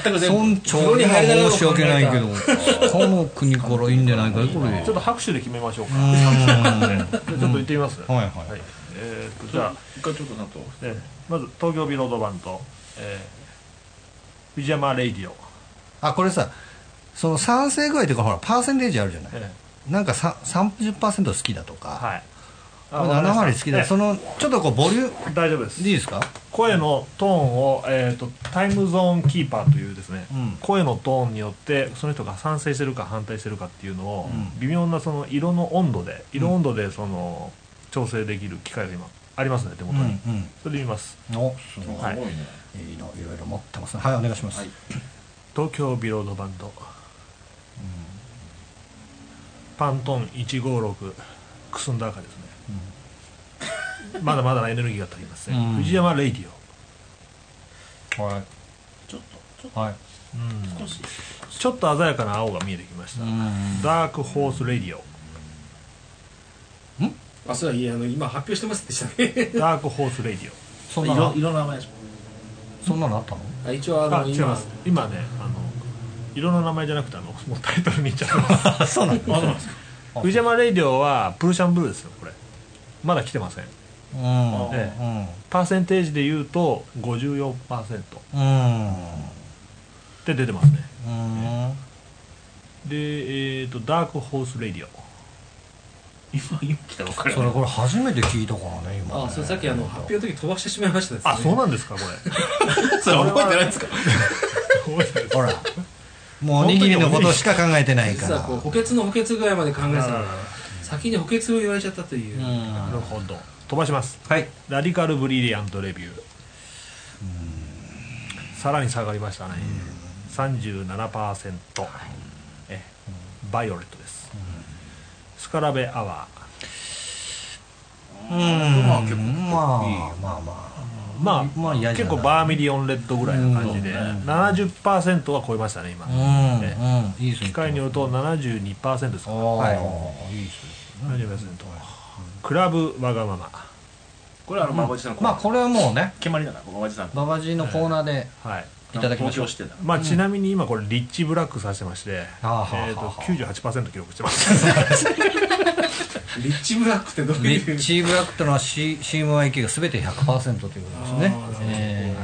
Speaker 5: 全く全部
Speaker 4: 村長には申し訳ないけど他の国からいいんじゃないかいこれ
Speaker 1: ちょっと拍手で決めましょうか
Speaker 4: うーん
Speaker 1: じゃあちょっと行ってみます
Speaker 4: は
Speaker 1: はい
Speaker 4: はい
Speaker 1: いえーっとじゃあ
Speaker 5: 一回ちょっとなんと
Speaker 1: えーまず東京ビロードバンドえービジャマレイディオ
Speaker 4: あこれさその賛成具合というかほらパーセンテージあるじゃない
Speaker 1: え
Speaker 4: なんかさ30%好きだと
Speaker 1: ー
Speaker 4: か
Speaker 1: はいあわかりまし
Speaker 4: 7
Speaker 1: た
Speaker 4: 割好き
Speaker 1: え
Speaker 4: だ
Speaker 1: ー
Speaker 4: そのちょっとこうボリュー
Speaker 1: 大丈夫です
Speaker 4: ムいいですか
Speaker 1: 声のトーンを、えー、とタイムゾーンキーパーというですね、
Speaker 4: うん
Speaker 1: 声のトーンによってその人が賛成してるか反対してるかっていうのを、
Speaker 4: うん
Speaker 1: 微妙なその色の温度で色温度でその調整できる機械が今ありますね手元に、それで見ます
Speaker 4: うんおすごい
Speaker 1: はい
Speaker 5: すごいね
Speaker 4: いいのいろいろ持ってますねはいお願いします、
Speaker 5: はい
Speaker 1: 東京ビロードバンド、パントン156くすんだ赤ですね、まだまだエネルギーが足りません、
Speaker 4: うん
Speaker 1: 藤山レイディ
Speaker 4: はい
Speaker 5: ちょっとちょっ
Speaker 4: はい
Speaker 1: オ、うん
Speaker 5: と少し
Speaker 1: ちょっと鮮やかな青が見えてきました、ダークホースレディオ
Speaker 2: あそういやあの今発表してますでしたね
Speaker 1: ダークホースレディ
Speaker 4: そんな
Speaker 5: 色
Speaker 4: の
Speaker 5: 色の名前でしょ
Speaker 4: そんなのあったの
Speaker 2: あ一応あ
Speaker 1: オ。
Speaker 2: の
Speaker 1: あ、違います。今ね、あの、色の名前じゃなくて、あの、もうタイトルにいっちゃいます。
Speaker 4: あそうなの
Speaker 1: 藤山レイディオはプルシャンブルーですよ、これ。まだ来てません。
Speaker 4: うん
Speaker 1: ええ
Speaker 4: うん
Speaker 1: パーセンテージで言うと、54%
Speaker 4: うん
Speaker 1: って出てますね。
Speaker 4: うん
Speaker 1: で、えっ、と、ダークホースレディオ。
Speaker 5: 今今来たばっかり
Speaker 4: それこれ初めて聞いたからね今
Speaker 2: あ
Speaker 4: ね
Speaker 2: それさっきあの発表の時飛ばしてしまいましたですね
Speaker 1: あ、そうなんですか、これ。
Speaker 5: それ覚えてないん
Speaker 1: <laughs>
Speaker 5: ですか
Speaker 4: ほらもうおにぎりのことしか考えてないか
Speaker 2: 実
Speaker 4: ら
Speaker 2: はこう補欠の補欠具合まで考えてたから先に補欠を言われちゃったという、
Speaker 4: うん
Speaker 1: なるほど。飛ばします。
Speaker 4: はい
Speaker 1: ラディカルブリリアントレビュー。さらに下がりましたね。37%。え、バイオレットです。スカラベアワー。
Speaker 4: うん
Speaker 5: 結構
Speaker 4: まあ
Speaker 5: いいよ
Speaker 4: まあまあ
Speaker 1: まあ、
Speaker 4: まあ嫌じゃ
Speaker 1: 結
Speaker 4: な
Speaker 1: 構
Speaker 4: い
Speaker 1: バーミリオンレッドぐらいな感じで、
Speaker 4: うん
Speaker 1: 70%は超えましたね今、
Speaker 4: うんうんいいですね
Speaker 1: 機械によると72%です
Speaker 4: あ
Speaker 1: か
Speaker 4: あ、
Speaker 1: はい
Speaker 4: い、いですね
Speaker 1: 70%クラブわがまま
Speaker 5: これはあの馬場さんのコー
Speaker 4: ま
Speaker 5: ナ
Speaker 4: あ
Speaker 5: ー
Speaker 4: これはもうね
Speaker 5: 決まりだから馬場さん
Speaker 4: 馬場ジのコーナーで
Speaker 1: はい
Speaker 4: いただきましょう
Speaker 5: 投票してんだから
Speaker 1: まあ、ちなみに今これリッチブラックさせてまして、
Speaker 4: あー
Speaker 1: えー、と
Speaker 4: はあはあ
Speaker 1: 98%記録してます
Speaker 2: リッチブラックってどう
Speaker 4: リ
Speaker 2: いう
Speaker 4: ッチーブラックとの C- CMYK が全て100%ということですね
Speaker 2: あー
Speaker 4: え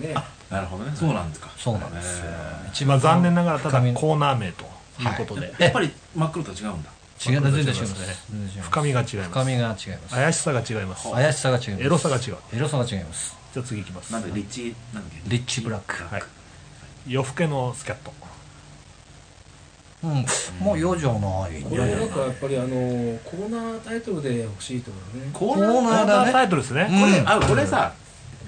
Speaker 2: ね
Speaker 5: なるほどねそうなんですか
Speaker 4: ーそうなんですよ一
Speaker 1: まあ残
Speaker 4: 番
Speaker 1: 念ながらただ
Speaker 4: 深み
Speaker 1: コーナー名ということで、
Speaker 5: やっぱり真っ黒と違うんだ
Speaker 4: 違う全然違いま
Speaker 1: そうですすね
Speaker 4: 全然違います
Speaker 1: 深みが違います
Speaker 4: 深みが違います
Speaker 1: 怪しさが違います
Speaker 4: 怪しさが違います
Speaker 1: エロさが違う
Speaker 4: エロさが違います
Speaker 1: じゃあ次いきます
Speaker 5: なんでリッチなんだっけ
Speaker 4: リッチブラック
Speaker 1: はい夜更けのスキャット
Speaker 4: うんもう余剰ない
Speaker 2: これなんかやっぱりあのコーナータイトルで欲しいと思うね
Speaker 5: コ
Speaker 4: ーナー
Speaker 1: コーナータイトルですね、
Speaker 5: これ、
Speaker 4: うん
Speaker 5: あこれさ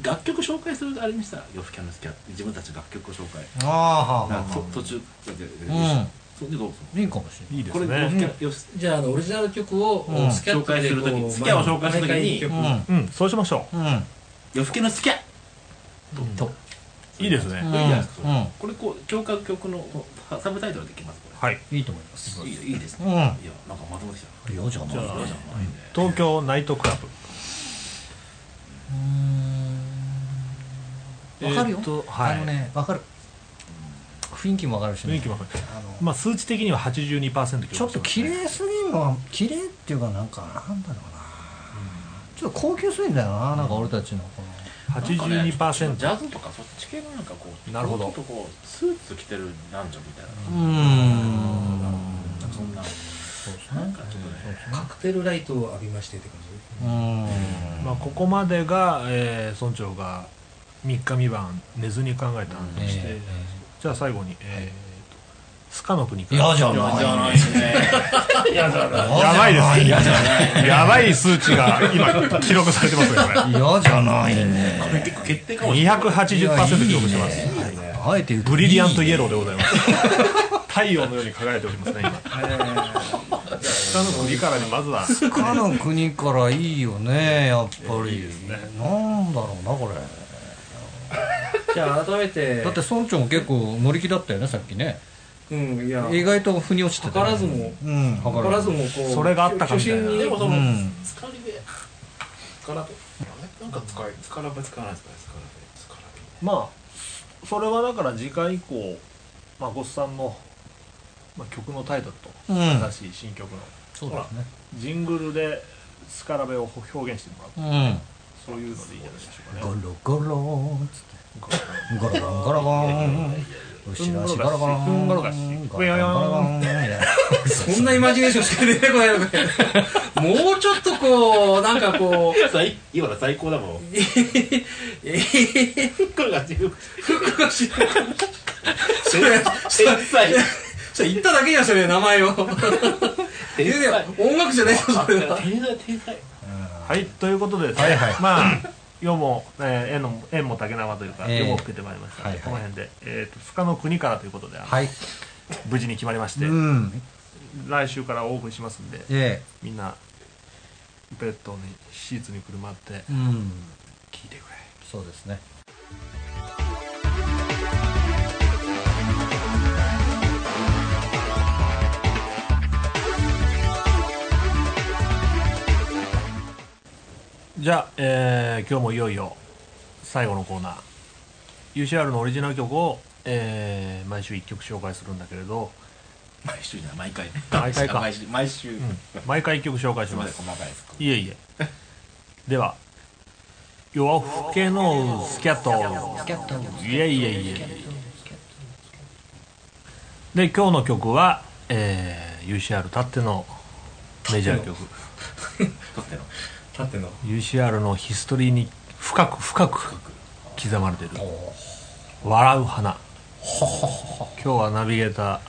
Speaker 5: 楽曲紹介するあれにしたら「夜更けの好き」自分たちの楽曲を紹介
Speaker 4: ああはあ
Speaker 5: な
Speaker 4: は
Speaker 5: ん
Speaker 4: あ
Speaker 5: かと途中だけで
Speaker 4: ん
Speaker 5: そうでどうぞ
Speaker 4: いいかもし
Speaker 1: い
Speaker 4: れない
Speaker 1: いで
Speaker 5: こ
Speaker 1: す
Speaker 5: れ
Speaker 1: ね
Speaker 5: 夜更けよし
Speaker 2: じゃああのオリジナル曲を
Speaker 4: うん
Speaker 2: スキャットでこう
Speaker 5: 紹介する時にスキャを紹介する
Speaker 2: 毎
Speaker 5: 時に
Speaker 2: 回一曲
Speaker 4: う
Speaker 1: うんそうしましょ
Speaker 4: んうん
Speaker 5: 夜更けの好きや
Speaker 4: と
Speaker 1: ういいですね、
Speaker 4: う
Speaker 5: いい
Speaker 4: ん
Speaker 5: じゃないですかそれ
Speaker 4: うん
Speaker 5: これこう聴覚曲のこうサブタイトルできますこ
Speaker 1: はい
Speaker 4: いいと思います
Speaker 5: れいいいいです
Speaker 4: う
Speaker 5: ね
Speaker 4: ん
Speaker 5: いやなんかまとまってきた
Speaker 4: 余剰ない
Speaker 5: やいやいやいいね
Speaker 1: 東京ナイトクラブ
Speaker 4: わかるよ、
Speaker 1: えーとはい
Speaker 4: あのねわかる雰囲気もわかるし、ね、
Speaker 1: 雰囲気もわかる
Speaker 4: あの
Speaker 1: まあ数値的には82%
Speaker 4: ちょっと綺麗すぎるのは綺麗っていうかなんかなんだろうな、ちょっと高級すぎんだよななんか俺たちのこの
Speaker 5: なんかねジ
Speaker 1: 82%
Speaker 5: ャズとかそっち系のなんかこう
Speaker 1: なるほど
Speaker 5: ちょっとこうスーツ着てる男女みたいな
Speaker 4: うん
Speaker 5: なんかそんな
Speaker 4: そうです
Speaker 5: なん
Speaker 4: ね
Speaker 5: かちょっとね
Speaker 2: カクテルライトを浴びましてって感
Speaker 4: うん
Speaker 1: まあここまでが、えー村長が3日3晩寝ずに考えた話でして、
Speaker 4: ええ
Speaker 1: じゃあ最後に、えーとスカの国から
Speaker 4: 嫌じゃない
Speaker 5: いですね
Speaker 1: やばいですね
Speaker 4: 嫌じゃ
Speaker 1: やばい数値が今記録されてますよこれ
Speaker 4: ない嫌じゃないね
Speaker 5: 結構決定かもしれない
Speaker 1: 280%記録してます
Speaker 4: いやいいねあえて言うと
Speaker 1: ブリリアントイエ
Speaker 4: ロ
Speaker 1: ローでございます。太陽のように輝いておりますね、今。下の国からにまずは。
Speaker 4: ーかの国からいいよねやっぱりなんだろうなこれ
Speaker 2: じ。じゃあ改めて
Speaker 4: だって村長も結構乗り気だったよねさっきね
Speaker 2: うんいや
Speaker 4: 意外と腑に落ちてた
Speaker 2: 図らずも
Speaker 4: うん図
Speaker 2: 図らずもこう
Speaker 1: それがあったかみたいな
Speaker 2: 巨神に
Speaker 5: でもその
Speaker 4: うん
Speaker 5: 疲れで
Speaker 3: 疲れて <laughs> なんか使い疲れば使わないですかね疲れ疲れ
Speaker 1: まあ、それはだから次回以降、まあ、ごっさんの、まあ、曲のタイトルと、
Speaker 4: うん
Speaker 1: 新しい新曲の、
Speaker 4: そうですね
Speaker 1: ジングルでスカラベを表現してもらう。
Speaker 4: うん
Speaker 1: そういうのでいいんじゃないでしょうか
Speaker 4: ゴ
Speaker 1: ね。
Speaker 4: ロゴロっつってゴロゴロゴロゴン後ろ足ゴロゴロン
Speaker 1: ゴロガシ
Speaker 4: ゴロゴンいや
Speaker 2: そんなイマジネーションしか出てこないのかよもうちょっとこうなんか
Speaker 5: <laughs>
Speaker 2: こう
Speaker 5: 最今の最高だもん
Speaker 2: えー
Speaker 5: これが自 <laughs> 分
Speaker 2: 服が知らないそれ
Speaker 5: 天 <laughs> 才
Speaker 2: それ言っただけじゃんそれ名前をいやい
Speaker 5: 天才
Speaker 2: や音楽じゃないよそれは
Speaker 5: 天才天才
Speaker 1: はい、ということでですね、
Speaker 4: はいはい
Speaker 1: まあ、世も、えー、縁の縁も竹縄というか、
Speaker 4: ええ
Speaker 1: 世も吹けてまいりましたので、
Speaker 4: はいはい
Speaker 1: この辺で、えー、とスカの国からということで、あの
Speaker 4: はい
Speaker 1: 無事に決まりまし
Speaker 4: う
Speaker 1: て、
Speaker 4: ん
Speaker 1: 来週からオープンしますんで、
Speaker 4: え
Speaker 1: みんなベッドにシーツにくるまって
Speaker 4: えうん
Speaker 1: 聞いてくれ
Speaker 4: そうですね
Speaker 1: じゃあ、えー今日もいよいよ最後のコーナー UCR のオリジナル曲を、えー毎週1曲紹介するんだけれど、
Speaker 5: 毎週じゃない毎回
Speaker 1: 毎回か
Speaker 5: 毎週毎週
Speaker 1: うん毎回1曲紹介し
Speaker 5: すみま
Speaker 1: ま
Speaker 5: せん
Speaker 1: す
Speaker 5: 細かいです
Speaker 1: いえいえでは夜更けのスキャット
Speaker 4: キャット
Speaker 1: いえいえいえで今日の曲は、えー UCR たってのメジャー曲
Speaker 5: 撮っての
Speaker 2: 立ってんの
Speaker 1: UCR のヒストリーに深く深く刻まれてる「笑う花」今日はナビゲーター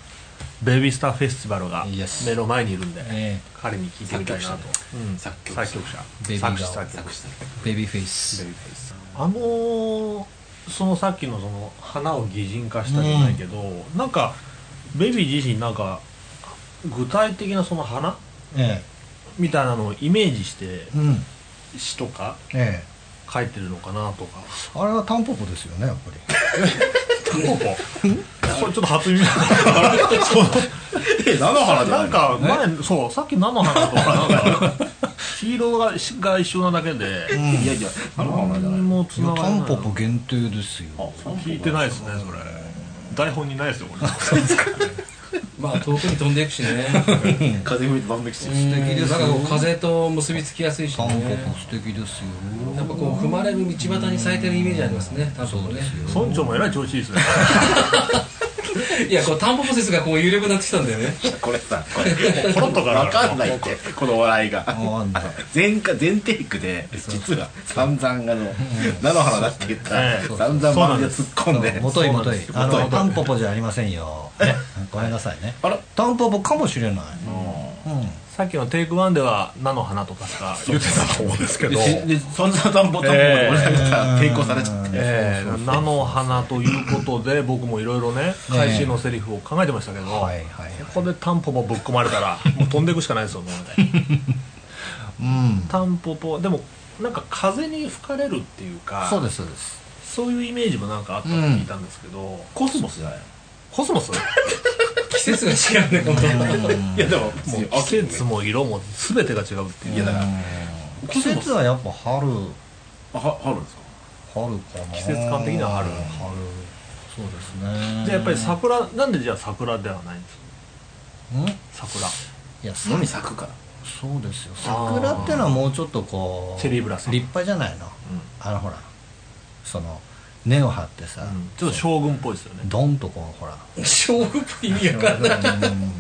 Speaker 1: ベビースターフェスティバルが
Speaker 4: Yes
Speaker 1: 目の前にいるんで、
Speaker 4: え
Speaker 1: 彼に聞いてみたいなとうん
Speaker 5: 作曲者
Speaker 1: 作曲者
Speaker 4: ベビー
Speaker 1: 作
Speaker 4: が
Speaker 1: 詞作曲
Speaker 5: 作詞作
Speaker 4: えベビーフェイス
Speaker 1: あのーそのさっきのその花を擬人化したじゃないけど、なんかベビー自身なんか具体的なその花
Speaker 4: え
Speaker 1: みたいなのをイメージして
Speaker 4: えうん
Speaker 1: 詩とか
Speaker 4: ええ
Speaker 1: 書いてるのかなとか
Speaker 4: あれはタンポポですよねやっぱり
Speaker 1: タンポポこれちょっと初耳だった
Speaker 5: <laughs> え、菜の花じゃな
Speaker 1: ないん
Speaker 5: の
Speaker 1: か前、そうさっき菜の花とかなんか黄色がが一緒なだけで
Speaker 5: いやいや、菜の花じゃない
Speaker 1: 何
Speaker 5: の
Speaker 1: もつ
Speaker 4: い
Speaker 1: な
Speaker 4: や
Speaker 1: が
Speaker 4: タ
Speaker 1: ら
Speaker 4: ン
Speaker 1: ない
Speaker 4: ポポ限定ですよ
Speaker 1: 聞いてないですねそれ台本にないですよこれ
Speaker 2: まあ遠くに飛んでいくしね
Speaker 5: 風吹いて万引きしてる
Speaker 4: 敵ですよ
Speaker 2: なんかこう風と結びつきやすいし
Speaker 4: タン
Speaker 2: ね
Speaker 4: ポポ素敵ですよ
Speaker 2: やっぱこう踏まれる道端に咲いてるイメージありますねタンポポね
Speaker 1: 村長もえらい調子いいですね
Speaker 2: いやこうタンポポ説がこう有力になってきたんだよね
Speaker 5: これ <laughs> さ、こ
Speaker 1: <laughs>
Speaker 5: れ
Speaker 1: ポロッとか
Speaker 5: わ
Speaker 1: ら
Speaker 5: かんないって、この笑いが
Speaker 4: わかんない。
Speaker 5: 前回、前テイクで、実は散々あの、菜の花だって言ったら
Speaker 1: ええ、
Speaker 5: 散々周りが突っ込んで、
Speaker 4: もといもとい
Speaker 1: そうな
Speaker 4: あ
Speaker 1: んです
Speaker 4: のタンポポじゃありませんよねごめんなさいね
Speaker 5: あら
Speaker 4: タンポポかもしれない
Speaker 1: さっきのテイクワンでは菜の花とかしか言ってたと思うんですけど
Speaker 5: ででそんな田んぼ田んぼで俺らがさ抵抗されちゃって、
Speaker 1: ええ菜の花ということで僕もいろいろね返しのセリフを考えてましたけど、
Speaker 4: うんはいはい
Speaker 1: ここでタンポポぶっ込まれたらもう飛んでいくしかないですよもう <laughs> ね
Speaker 4: うん
Speaker 1: タンポポでもなんか風に吹かれるっていうか
Speaker 4: そうですそうです
Speaker 1: そういうイメージもなんかあったって聞いたんですけど、
Speaker 5: コスモスじゃないの
Speaker 1: コスモス
Speaker 2: 季節が違うね本
Speaker 5: いやでも
Speaker 1: もう季節も色も全てが違うっていう
Speaker 5: いやだから
Speaker 4: うん季節はやっぱ春
Speaker 5: あは春ですか
Speaker 4: 春かな
Speaker 1: 季節感的には春
Speaker 4: 春そうですね
Speaker 1: じゃあやっぱり桜なんでじゃあ桜ではないんです
Speaker 4: うん
Speaker 1: か桜
Speaker 4: いやさ
Speaker 5: のに咲くから
Speaker 4: そうですよ
Speaker 1: あー
Speaker 4: 桜ってのはもうちょっとこう
Speaker 1: セリブラさん
Speaker 4: 立派じゃないの、あのほらその根を張ってさ、
Speaker 1: うんちょっと将軍っぽいですよね
Speaker 4: ドンとこうほら
Speaker 2: 当 <laughs> 勝負っぽい意味わかんない
Speaker 4: うん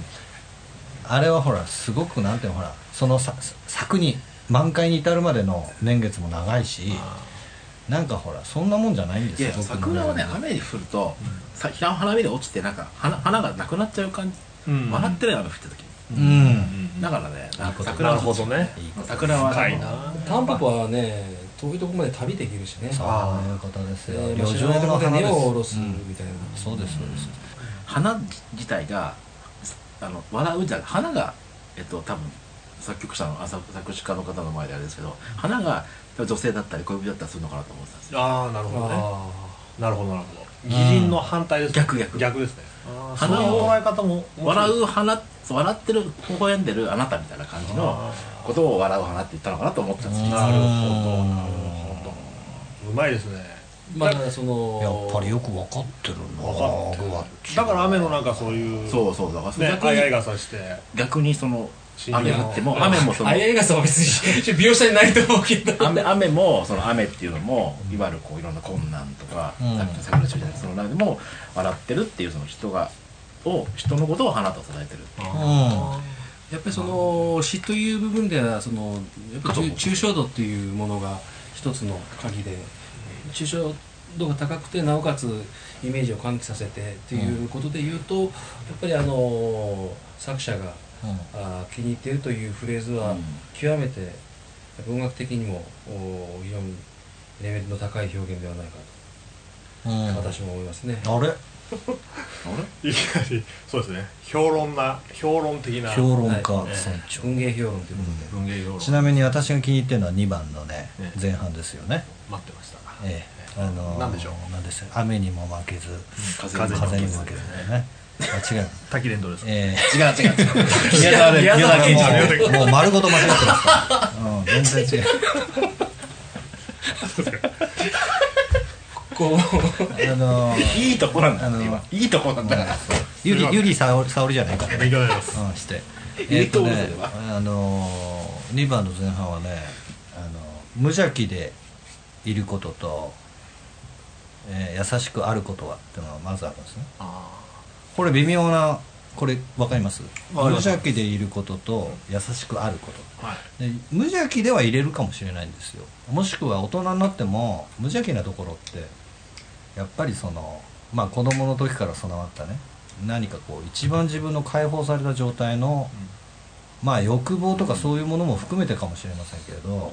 Speaker 4: あれはほらすごくなんていうのほらそのさ作に満開に至るまでの年月も長いしなんかほらそんなもんじゃないんです
Speaker 5: いや
Speaker 4: よ
Speaker 5: いや桜はね雨に降ると、さひら花びら落ちてなんか花花がなくなっちゃう感じ、
Speaker 1: うん
Speaker 5: 笑ってるよ雨降った時に、
Speaker 4: うん
Speaker 5: だからねなんか
Speaker 1: な
Speaker 5: 桜
Speaker 1: る
Speaker 5: は
Speaker 1: ほどね
Speaker 5: 桜は
Speaker 1: 深い
Speaker 5: あの
Speaker 1: な
Speaker 2: タンポポはね遠いとこまで旅できるしね
Speaker 4: そういうことですよ
Speaker 2: えーまあ
Speaker 4: 旅
Speaker 2: 知
Speaker 4: 情
Speaker 2: らないと
Speaker 4: の
Speaker 2: こで
Speaker 4: 花
Speaker 2: 根
Speaker 4: で
Speaker 2: を
Speaker 4: す
Speaker 2: 下ろすみたいな、
Speaker 4: そうですそうです
Speaker 5: 花自体があの笑うじゃん花がえっと多分作曲者のあ作作詞家の方の前であれですけど花が多分女性だったり恋人だったりするのかなと思ってたんですよ
Speaker 1: ああなるほどね
Speaker 2: あ
Speaker 1: なるほどなるほど擬人の反対ですね
Speaker 5: 逆逆
Speaker 1: 逆ですね
Speaker 5: 花
Speaker 1: そういう
Speaker 5: を
Speaker 1: 捉え方も
Speaker 5: 笑う花笑ってる微笑んでるあなたみたいな感じのことを笑う花って言ったのかなと思ってたんですよ
Speaker 1: なるほどなるほどうまいですね
Speaker 2: まあだからその
Speaker 4: やっぱりよく分かってるな
Speaker 1: 分かってる
Speaker 4: 僕は
Speaker 1: だから雨の中そういう
Speaker 5: そうそうだから、
Speaker 1: ね
Speaker 5: 逆
Speaker 1: あいあい
Speaker 5: に
Speaker 1: 傘して
Speaker 5: 逆にその
Speaker 1: 死に
Speaker 5: 雨
Speaker 1: 物
Speaker 5: 降っても雨もそ
Speaker 2: <laughs>
Speaker 5: の
Speaker 2: あいあい傘は別に描写にないと思うけど
Speaker 5: 雨雨もその雨っていうのもいわゆるこういろんな困難とか、
Speaker 4: うん
Speaker 5: さっきの桜中じゃないその中でも笑ってるっていうその人がを人のことを花と捉えてるっていう
Speaker 4: うん
Speaker 2: やっぱりその詩という部分ではそのやっぱり抽象度っていうものが一つの鍵で抽象度が高くてなおかつイメージを喚起させてっていうことで言うと、やっぱりあの作者が
Speaker 4: うん
Speaker 2: あー気に入っているというフレーズは
Speaker 5: うん
Speaker 2: 極めてやっぱ音楽的にもお非常にレベルの高い表現ではないか
Speaker 4: うん
Speaker 2: と私も思いますね。
Speaker 4: あれ
Speaker 1: いきなりそうですね評論な評論的な
Speaker 4: 評論家
Speaker 2: はい
Speaker 4: 村長
Speaker 2: 文芸評論ということで。
Speaker 1: 文芸評論
Speaker 4: ちなみに私が気に入ってるのは2番のね
Speaker 1: ええ
Speaker 4: 前半ですよね
Speaker 1: 待ってました
Speaker 4: ええあのー
Speaker 1: なんでしょう
Speaker 4: なんでしょう雨にも負けず
Speaker 5: 風
Speaker 4: 風
Speaker 5: にも負けず
Speaker 4: にも負けずだよねあ違う
Speaker 1: 滝連ドです
Speaker 4: え
Speaker 5: 違う違う違う宮沢で宮沢
Speaker 4: え
Speaker 5: 賢治の
Speaker 4: もうもう丸ごと間違ってますからうん全然違う
Speaker 2: こう
Speaker 4: あのー
Speaker 5: いいとこなんだ
Speaker 4: あの
Speaker 5: よ今いいとこなんだから
Speaker 4: ゆりゆりさおりさおりじゃないからね
Speaker 1: 勉強になります
Speaker 4: うんして
Speaker 5: い
Speaker 4: え
Speaker 5: い
Speaker 4: っ
Speaker 5: と
Speaker 4: と
Speaker 5: 思う
Speaker 4: ね
Speaker 5: それは
Speaker 4: あのー2番の前半はねあの無邪気でいることと、えー優しくあることはっていうのがまずあるんですねこれ微妙なこれ分かります無
Speaker 1: ります
Speaker 4: 邪気でいることと優しくあること
Speaker 1: はい
Speaker 4: で無邪気では入れるかもしれないんですよもしくは大人になっても無邪気なところってやっぱりそのまあ子供の時から備わったね何かこう一番自分の解放された状態の、まあ欲望とかそういうものも含めてかもしれませんけれど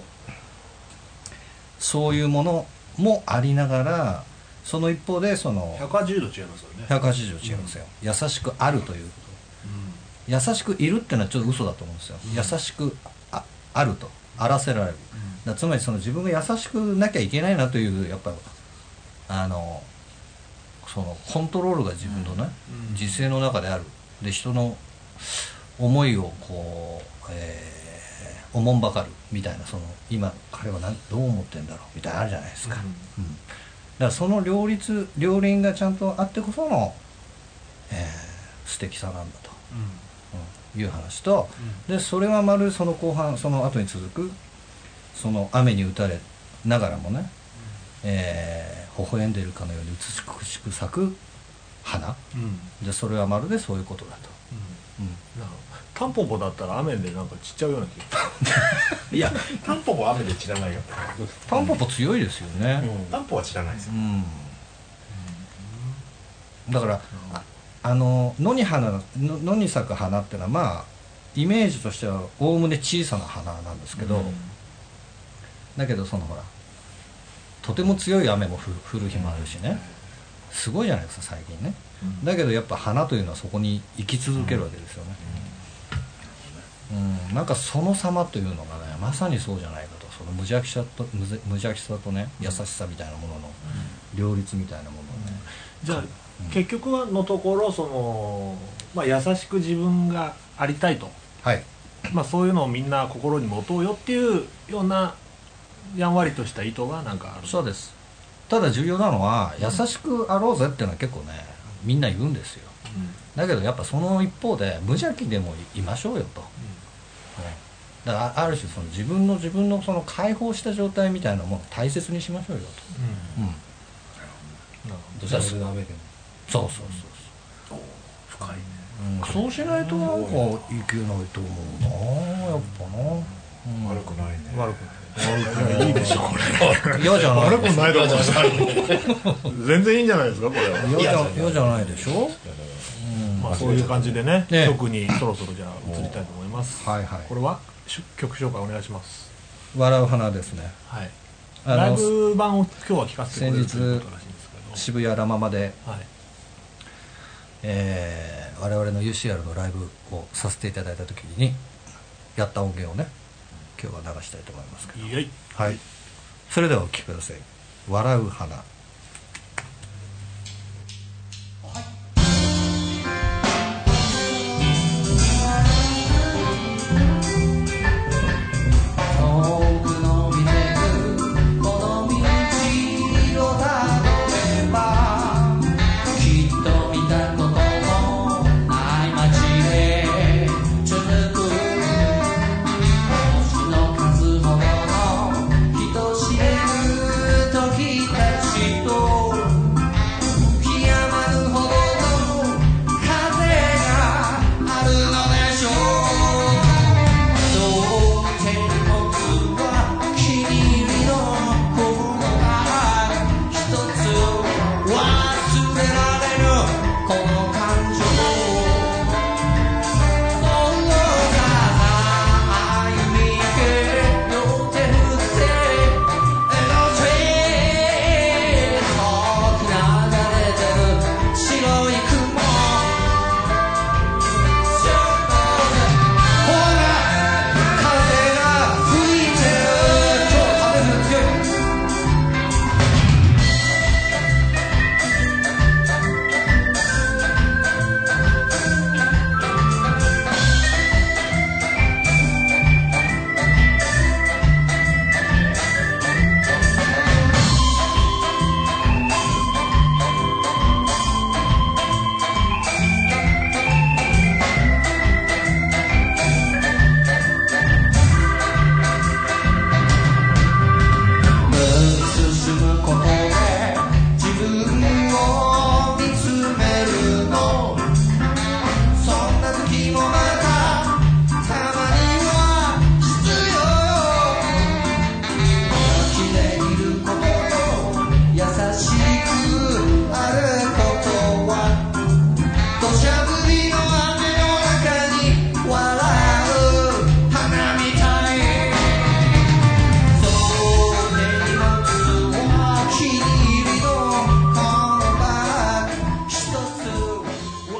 Speaker 4: そういうものもありながらその一方でその
Speaker 1: 180度違いますよね
Speaker 4: 180度違いますよ、優しくあるということ優しくいるってのはちょっと嘘だと思うんですよ、優しくああるとあらせられる、だつまりその自分が優しくなきゃいけないなというやっぱあのそのコントロールが自分のね、
Speaker 1: うん
Speaker 4: 自制の中であるで人の思いをこう、えーおもんばかるみたいなその今彼はなんどう思ってんだろうみたいなのあるじゃないですか、うんだからその両立両輪がちゃんとあってこその、えー素敵さなんだと、うんいう話と、でそれはまるその後半その後に続くその雨に打たれながらもね、えー微笑んでいるかのように美しく咲く花
Speaker 1: うんうん
Speaker 4: でそれはまるでそういうことだと、
Speaker 1: なんかタンポポだったら雨でなんか散っちゃうような気がする
Speaker 4: <laughs>
Speaker 5: いや
Speaker 3: タンポポは雨で散らないよ
Speaker 4: タンポポ強いですよね
Speaker 3: タンポポは散らないです
Speaker 4: う
Speaker 3: よ
Speaker 4: ん、だからああの野に花の野に咲く花ってのはまあイメージとしてはおおむね小さな花なんですけど、だけどそのほらとても強い雨も降降る日もあるしねすごいじゃないですか最近ねだけどやっぱ花というのはそこに生き続けるわけですよねうんなんかその様というのがねまさにそうじゃないかとその無邪気さと無ぜ無邪気さとね優しさみたいなものの両立みたいなものをね
Speaker 1: じゃあ結局はのところその、まあ、優しく自分がありたいと、
Speaker 4: はい
Speaker 1: まあ、そういうのをみんな心に持とうよっていうようなやんわりとした意図がなんかある
Speaker 4: そうですただ重要なのは優しくあろうぜっていうのは結構ねみんな言うんですよだけどやっぱその一方で無邪気でもいましょうよと、ねだからある種その自分の自分のその解放した状態みたいなものを大切にしましょうよと、うん、
Speaker 2: どちらかの雨でも
Speaker 4: そうそうそう
Speaker 5: 深いね
Speaker 4: そう、うん、そうしないとなんかいけないと思うなやっぱな
Speaker 3: 悪くないね
Speaker 1: 悪く
Speaker 4: いいでしょこれ嫌じゃないでしょ
Speaker 1: ないと思います全然いいんじゃないですかこれは
Speaker 4: 嫌じゃ嫌じゃないでしょ
Speaker 1: まあ、そういう感じでね
Speaker 4: ね
Speaker 1: 曲にそろそろじゃあ移りたいと思います
Speaker 4: はいはい
Speaker 1: これはし曲紹介お願いします
Speaker 4: 笑う花ですね
Speaker 1: はい
Speaker 4: あの
Speaker 1: ライブ版を今日は聴かせてくれる
Speaker 4: 先日
Speaker 1: ということらしいんですけ
Speaker 4: 渋谷ラママで、
Speaker 1: どはい
Speaker 4: えー我々の UCR のライブをさせていただいた時にやった音源をね今日は流したいと思いますけど
Speaker 1: イエイ
Speaker 4: はいそれではお聴きください「笑う花」
Speaker 6: 遠くのびてくこの道をたどればきっと見たこともない街へ続く星の数ほどの人知れる時たち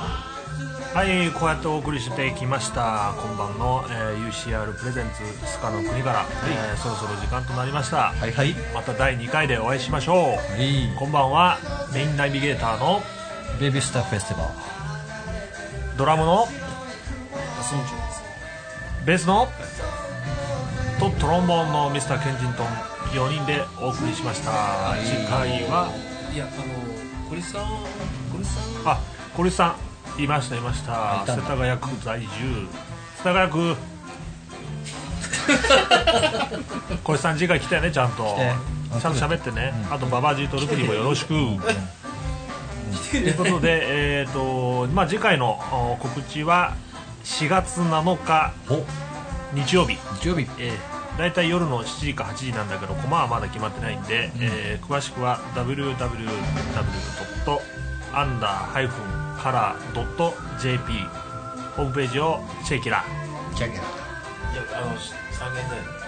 Speaker 1: にこうやってお送りしてきました今晩の、えー UCR プレゼンツスカの国から、えーそろそろ時間となりました
Speaker 4: はいはい
Speaker 1: また第2回でお会いしましょう
Speaker 4: はい
Speaker 1: こんばんはメインナビゲーターの
Speaker 4: ベビースターフェスティバル
Speaker 1: ドラムの
Speaker 3: 村長です
Speaker 1: ベースのとトロンボーンのミスターケンジントン4人でお送りしました、次回はい
Speaker 2: やあの小リさん小リさん
Speaker 1: あ小リさんいましたいました、
Speaker 4: いた
Speaker 1: 世
Speaker 4: んだ
Speaker 1: 田谷区在住世田谷
Speaker 4: <laughs>
Speaker 1: 区小リさん次回来てねちゃんと
Speaker 4: て
Speaker 1: ちゃんと喋ってね、あとババアジーとルクにもよろしく、ということで、えーとまあ、次回のお告知は4月7日
Speaker 4: お
Speaker 1: 日曜日、
Speaker 4: 日曜日
Speaker 1: えー、大体夜の7時か8時なんだけどコマはまだ決まってないんで、えー詳しくは www.under-color.jp ホームページをチェキラ
Speaker 4: キャキャ
Speaker 3: いやあの三軒茶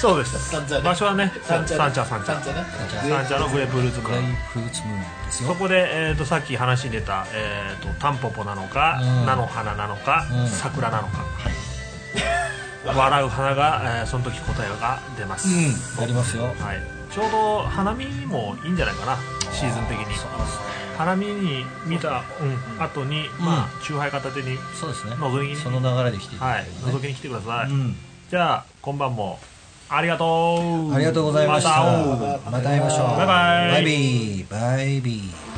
Speaker 1: そうです
Speaker 3: 三茶ね
Speaker 1: 場所はね
Speaker 3: 屋
Speaker 1: 三茶三茶三茶
Speaker 3: 三茶ね
Speaker 1: 三茶のグレープフルーツ
Speaker 4: グ
Speaker 1: ク
Speaker 4: レ
Speaker 1: ラブ
Speaker 4: イフルーツムーンです
Speaker 1: そ
Speaker 4: よ
Speaker 1: こで、えー、とさっき話に出た、えー、とタンポポなのか、
Speaker 4: うん
Speaker 1: 菜の花なのか、
Speaker 4: うん
Speaker 1: 桜なのか、笑う花が、えーその時答えが出ます、
Speaker 4: うんやりますよ
Speaker 1: はい、ちょうど花見もいいんじゃないかなシーズン的に
Speaker 4: そう
Speaker 1: 花見に見た、うん、後に、まあ酎ハイ片手に
Speaker 4: そうですね
Speaker 1: 覗きに
Speaker 4: その流れで来ていた
Speaker 1: は
Speaker 4: だ
Speaker 1: い
Speaker 4: いてね
Speaker 1: 覗きに来てください、
Speaker 4: うん
Speaker 1: じゃあ今晩もありがとう
Speaker 4: ありがとうございました
Speaker 1: また会おう
Speaker 4: また会いましょう
Speaker 1: バイバイ
Speaker 4: バイビーバイビー